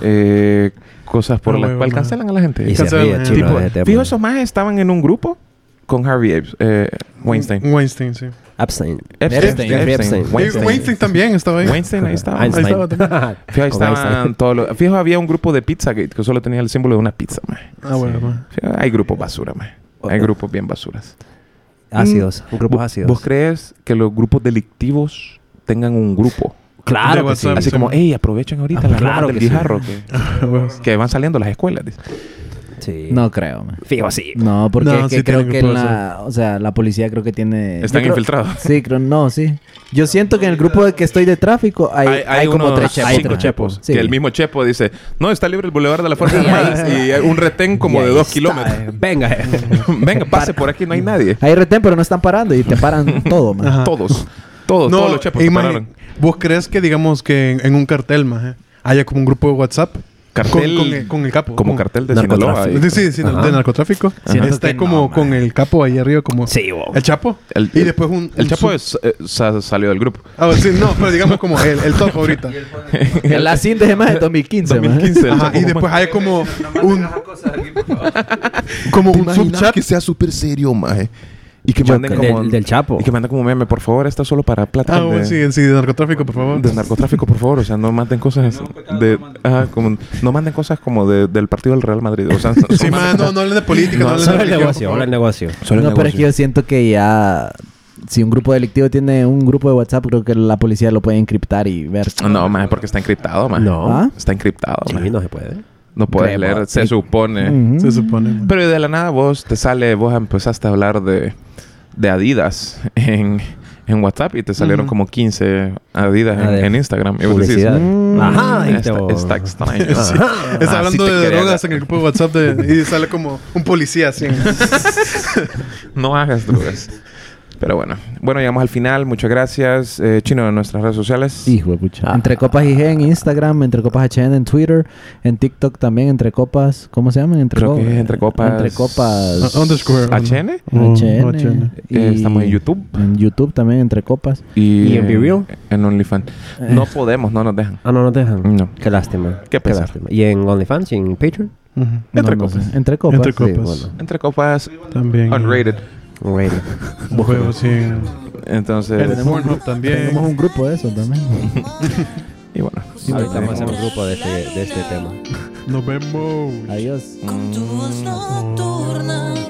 [SPEAKER 1] eh, cosas por
[SPEAKER 5] Ah,
[SPEAKER 1] las
[SPEAKER 5] huevo,
[SPEAKER 1] cuales
[SPEAKER 5] man.
[SPEAKER 1] cancelan a la gente.
[SPEAKER 3] Y se
[SPEAKER 5] Cancela,
[SPEAKER 3] ríe
[SPEAKER 5] eh.
[SPEAKER 3] chino
[SPEAKER 1] Tipo,
[SPEAKER 3] de este ese tema.
[SPEAKER 1] fijo, esos más estaban en un grupo con Harvey Apes, eh, Weinstein.
[SPEAKER 5] Weinstein, sí. Eh,
[SPEAKER 3] Abstain.
[SPEAKER 4] Epstein.
[SPEAKER 1] Epstein.
[SPEAKER 3] Epstein.
[SPEAKER 5] Weinstein,
[SPEAKER 1] Weinstein.
[SPEAKER 5] también estaba ahí.
[SPEAKER 1] Weinstein, ahí estaba.
[SPEAKER 5] Einstein. estaba
[SPEAKER 1] Fijo, ahí
[SPEAKER 3] Con Einstein.
[SPEAKER 1] estaban todos los... Fijo, había un grupo de Pizzagate que solo tenía el símbolo de una pizza, man.
[SPEAKER 5] Ah, bueno. ma.
[SPEAKER 1] Fijo, hay grupos basura, man. Hay grupos bien basuras.
[SPEAKER 3] Ácidos. Grupos
[SPEAKER 1] ¿Vos-
[SPEAKER 3] ácidos.
[SPEAKER 1] Mm, ¿Vos crees que los grupos delictivos tengan un grupo?
[SPEAKER 5] De
[SPEAKER 3] Claro que sí.
[SPEAKER 5] WhatsApp. Ah,
[SPEAKER 1] Así
[SPEAKER 5] sí.
[SPEAKER 1] como, hey, aprovechen ahorita
[SPEAKER 3] Ah,
[SPEAKER 1] las claro
[SPEAKER 3] claro
[SPEAKER 1] del
[SPEAKER 3] que sí. Eh,
[SPEAKER 1] guijarro que, que van saliendo las escuelas. dice.
[SPEAKER 3] Sí.
[SPEAKER 4] Mm. No creo, man.
[SPEAKER 3] Fijo, sí.
[SPEAKER 4] No, porque
[SPEAKER 5] No,
[SPEAKER 4] es que
[SPEAKER 5] sí
[SPEAKER 4] creo
[SPEAKER 5] tienen
[SPEAKER 4] que
[SPEAKER 5] que
[SPEAKER 4] en la... O sea, la policía creo que tiene... yo
[SPEAKER 1] Están
[SPEAKER 4] creo-
[SPEAKER 1] infiltrados.
[SPEAKER 4] Sí, creo... No, sí. Yo siento que en el grupo de que estoy de tráfico hay, hay, como
[SPEAKER 1] unos
[SPEAKER 4] tres chepos.
[SPEAKER 1] cinco
[SPEAKER 4] Ajá.
[SPEAKER 1] chepos.
[SPEAKER 4] Sí.
[SPEAKER 1] Que el mismo chepo dice, no, está libre el Boulevard de la Fuerza
[SPEAKER 4] Y ahí
[SPEAKER 1] Armadas
[SPEAKER 4] está.
[SPEAKER 1] y hay un retén como
[SPEAKER 3] Y
[SPEAKER 1] de
[SPEAKER 3] ahí
[SPEAKER 1] dos
[SPEAKER 3] está, eh.
[SPEAKER 1] kilómetros.
[SPEAKER 3] Venga. eh.
[SPEAKER 1] Venga, pase por aquí, no hay nadie.
[SPEAKER 4] Hay retén, pero no están parando y te paran todo, man.
[SPEAKER 5] Ajá.
[SPEAKER 1] Todos, todos,
[SPEAKER 5] No,
[SPEAKER 1] todos los chepos se
[SPEAKER 5] imagi-
[SPEAKER 1] pararon.
[SPEAKER 5] ¿Vos crees que, digamos, que en, en un cartel, más haya como un grupo de WhatsApp?
[SPEAKER 1] Cartel-
[SPEAKER 5] Con, con el, con el capo.
[SPEAKER 1] Como cartel de Sinaloa.
[SPEAKER 3] narcotráfico.
[SPEAKER 1] ahí.
[SPEAKER 5] Sí, sí, sí,
[SPEAKER 1] Ajá.
[SPEAKER 5] de narcotráfico.
[SPEAKER 4] Siento que
[SPEAKER 5] Está
[SPEAKER 4] no,
[SPEAKER 5] como
[SPEAKER 4] ma.
[SPEAKER 5] con el capo ahí arriba, como...
[SPEAKER 3] Sí, bo.
[SPEAKER 5] El chapo.
[SPEAKER 1] El-
[SPEAKER 5] y después un...
[SPEAKER 1] El chapo
[SPEAKER 5] su-
[SPEAKER 1] es- eh, sa- salió del grupo.
[SPEAKER 5] Ah, sí, no, pero digamos como el, el top ahorita.
[SPEAKER 4] En la cinta es más de 2015, man.
[SPEAKER 1] 2015. el
[SPEAKER 5] Ajá,
[SPEAKER 1] Chapo
[SPEAKER 5] y
[SPEAKER 1] Guzmán.
[SPEAKER 5] después hay como un,
[SPEAKER 2] cosas aquí, por favor.
[SPEAKER 5] como
[SPEAKER 1] ¿Te
[SPEAKER 5] un
[SPEAKER 1] imaginas
[SPEAKER 5] subchat.
[SPEAKER 1] que sea súper serio, maje? Y que
[SPEAKER 3] Yo
[SPEAKER 1] manden
[SPEAKER 3] creo-
[SPEAKER 1] como...
[SPEAKER 3] del- del Chapo.
[SPEAKER 1] Y que manden como meme, por favor, está solo para plata.
[SPEAKER 5] Ah, bueno, sí, sí, de narcotráfico, por favor.
[SPEAKER 1] De narcotráfico, por favor. O sea, no manden cosas
[SPEAKER 2] No, pecado,
[SPEAKER 1] de...
[SPEAKER 2] no manden.
[SPEAKER 1] ajá, como- no manden cosas como de- del partido del Real Madrid. O sea,
[SPEAKER 5] Sí, ma, no, no hablen de política, no,
[SPEAKER 1] No,
[SPEAKER 5] hablen de
[SPEAKER 3] Solo el
[SPEAKER 5] religión,
[SPEAKER 3] negocio.
[SPEAKER 5] por
[SPEAKER 3] Solo el negocio.
[SPEAKER 1] Solo el
[SPEAKER 4] no, pero es
[SPEAKER 1] negocio.
[SPEAKER 4] que yo siento que ya... Si un grupo delictivo tiene un grupo de WhatsApp, creo que la policía lo puede encriptar y ver.
[SPEAKER 1] No, maje, porque está encriptado, maje.
[SPEAKER 3] No.
[SPEAKER 4] ¿Ah?
[SPEAKER 1] Está encriptado, maje.
[SPEAKER 3] Sí, no se puede.
[SPEAKER 1] No puedes
[SPEAKER 4] Crema.
[SPEAKER 1] leer, se supone.
[SPEAKER 5] favor. Se supone.
[SPEAKER 1] Pero de la nada vos te sale... Vos empezaste a hablar de, de Adidas en... en WhatsApp y te salieron
[SPEAKER 5] Ujú.
[SPEAKER 1] como 15 Adidas en,
[SPEAKER 3] Ah, de-
[SPEAKER 1] en Instagram. Y vos decís,
[SPEAKER 3] Publicidad.
[SPEAKER 1] "Mm,
[SPEAKER 3] Ajá. y te-
[SPEAKER 1] está, está extraño.
[SPEAKER 5] Sí.
[SPEAKER 1] Ajá.
[SPEAKER 5] Está
[SPEAKER 1] Ah,
[SPEAKER 5] hablando
[SPEAKER 1] sí te
[SPEAKER 5] de
[SPEAKER 1] quería
[SPEAKER 5] drogas
[SPEAKER 1] agarrar.
[SPEAKER 5] en el grupo de WhatsApp de- y sale como un policía así.
[SPEAKER 1] No hagas drogas. Pero bueno. Bueno, llegamos al final. Muchas gracias. Eh, Chino, en nuestras redes sociales.
[SPEAKER 4] Hijo de pucha.
[SPEAKER 1] Ah.
[SPEAKER 4] Entre Copas IG en Instagram, Entre Copas HN en Twitter, en TikTok también, Entre Copas... ¿Cómo se llaman? Entre
[SPEAKER 1] Creo
[SPEAKER 4] Co-
[SPEAKER 1] que es Entre Copas-
[SPEAKER 4] Entre Copas...
[SPEAKER 5] Uh, underscore.
[SPEAKER 1] HN.
[SPEAKER 5] Oh,
[SPEAKER 4] HN.
[SPEAKER 5] HN.
[SPEAKER 4] Y-
[SPEAKER 1] Eh, estamos en YouTube.
[SPEAKER 4] En YouTube también, Entre Copas.
[SPEAKER 1] Y,
[SPEAKER 3] ¿Y en Be Real?
[SPEAKER 1] En OnlyFans. No podemos, no nos dejan.
[SPEAKER 3] Ah, no, no te dejan.
[SPEAKER 1] No.
[SPEAKER 3] Qué lástima.
[SPEAKER 1] Qué pesar.
[SPEAKER 3] lástima. ¿Y en OnlyFans y en Patreon?
[SPEAKER 5] Ujú.
[SPEAKER 1] Entre
[SPEAKER 4] No, no
[SPEAKER 1] Copas.
[SPEAKER 4] sé. Entre Copas.
[SPEAKER 5] Entre Copas.
[SPEAKER 3] Sí,
[SPEAKER 1] Entre Copas.
[SPEAKER 5] También.
[SPEAKER 1] Unrated.
[SPEAKER 3] bueno. Radio.
[SPEAKER 5] Juegos, sí. En
[SPEAKER 1] Entonces.
[SPEAKER 5] Pornhub también.
[SPEAKER 4] Tenemos un grupo de eso también.
[SPEAKER 1] Y bueno.
[SPEAKER 3] Ahorita vamos a hacer un grupo de este, de este tema.
[SPEAKER 5] Nos vemos.
[SPEAKER 4] Adiós.
[SPEAKER 7] con tu voz nocturna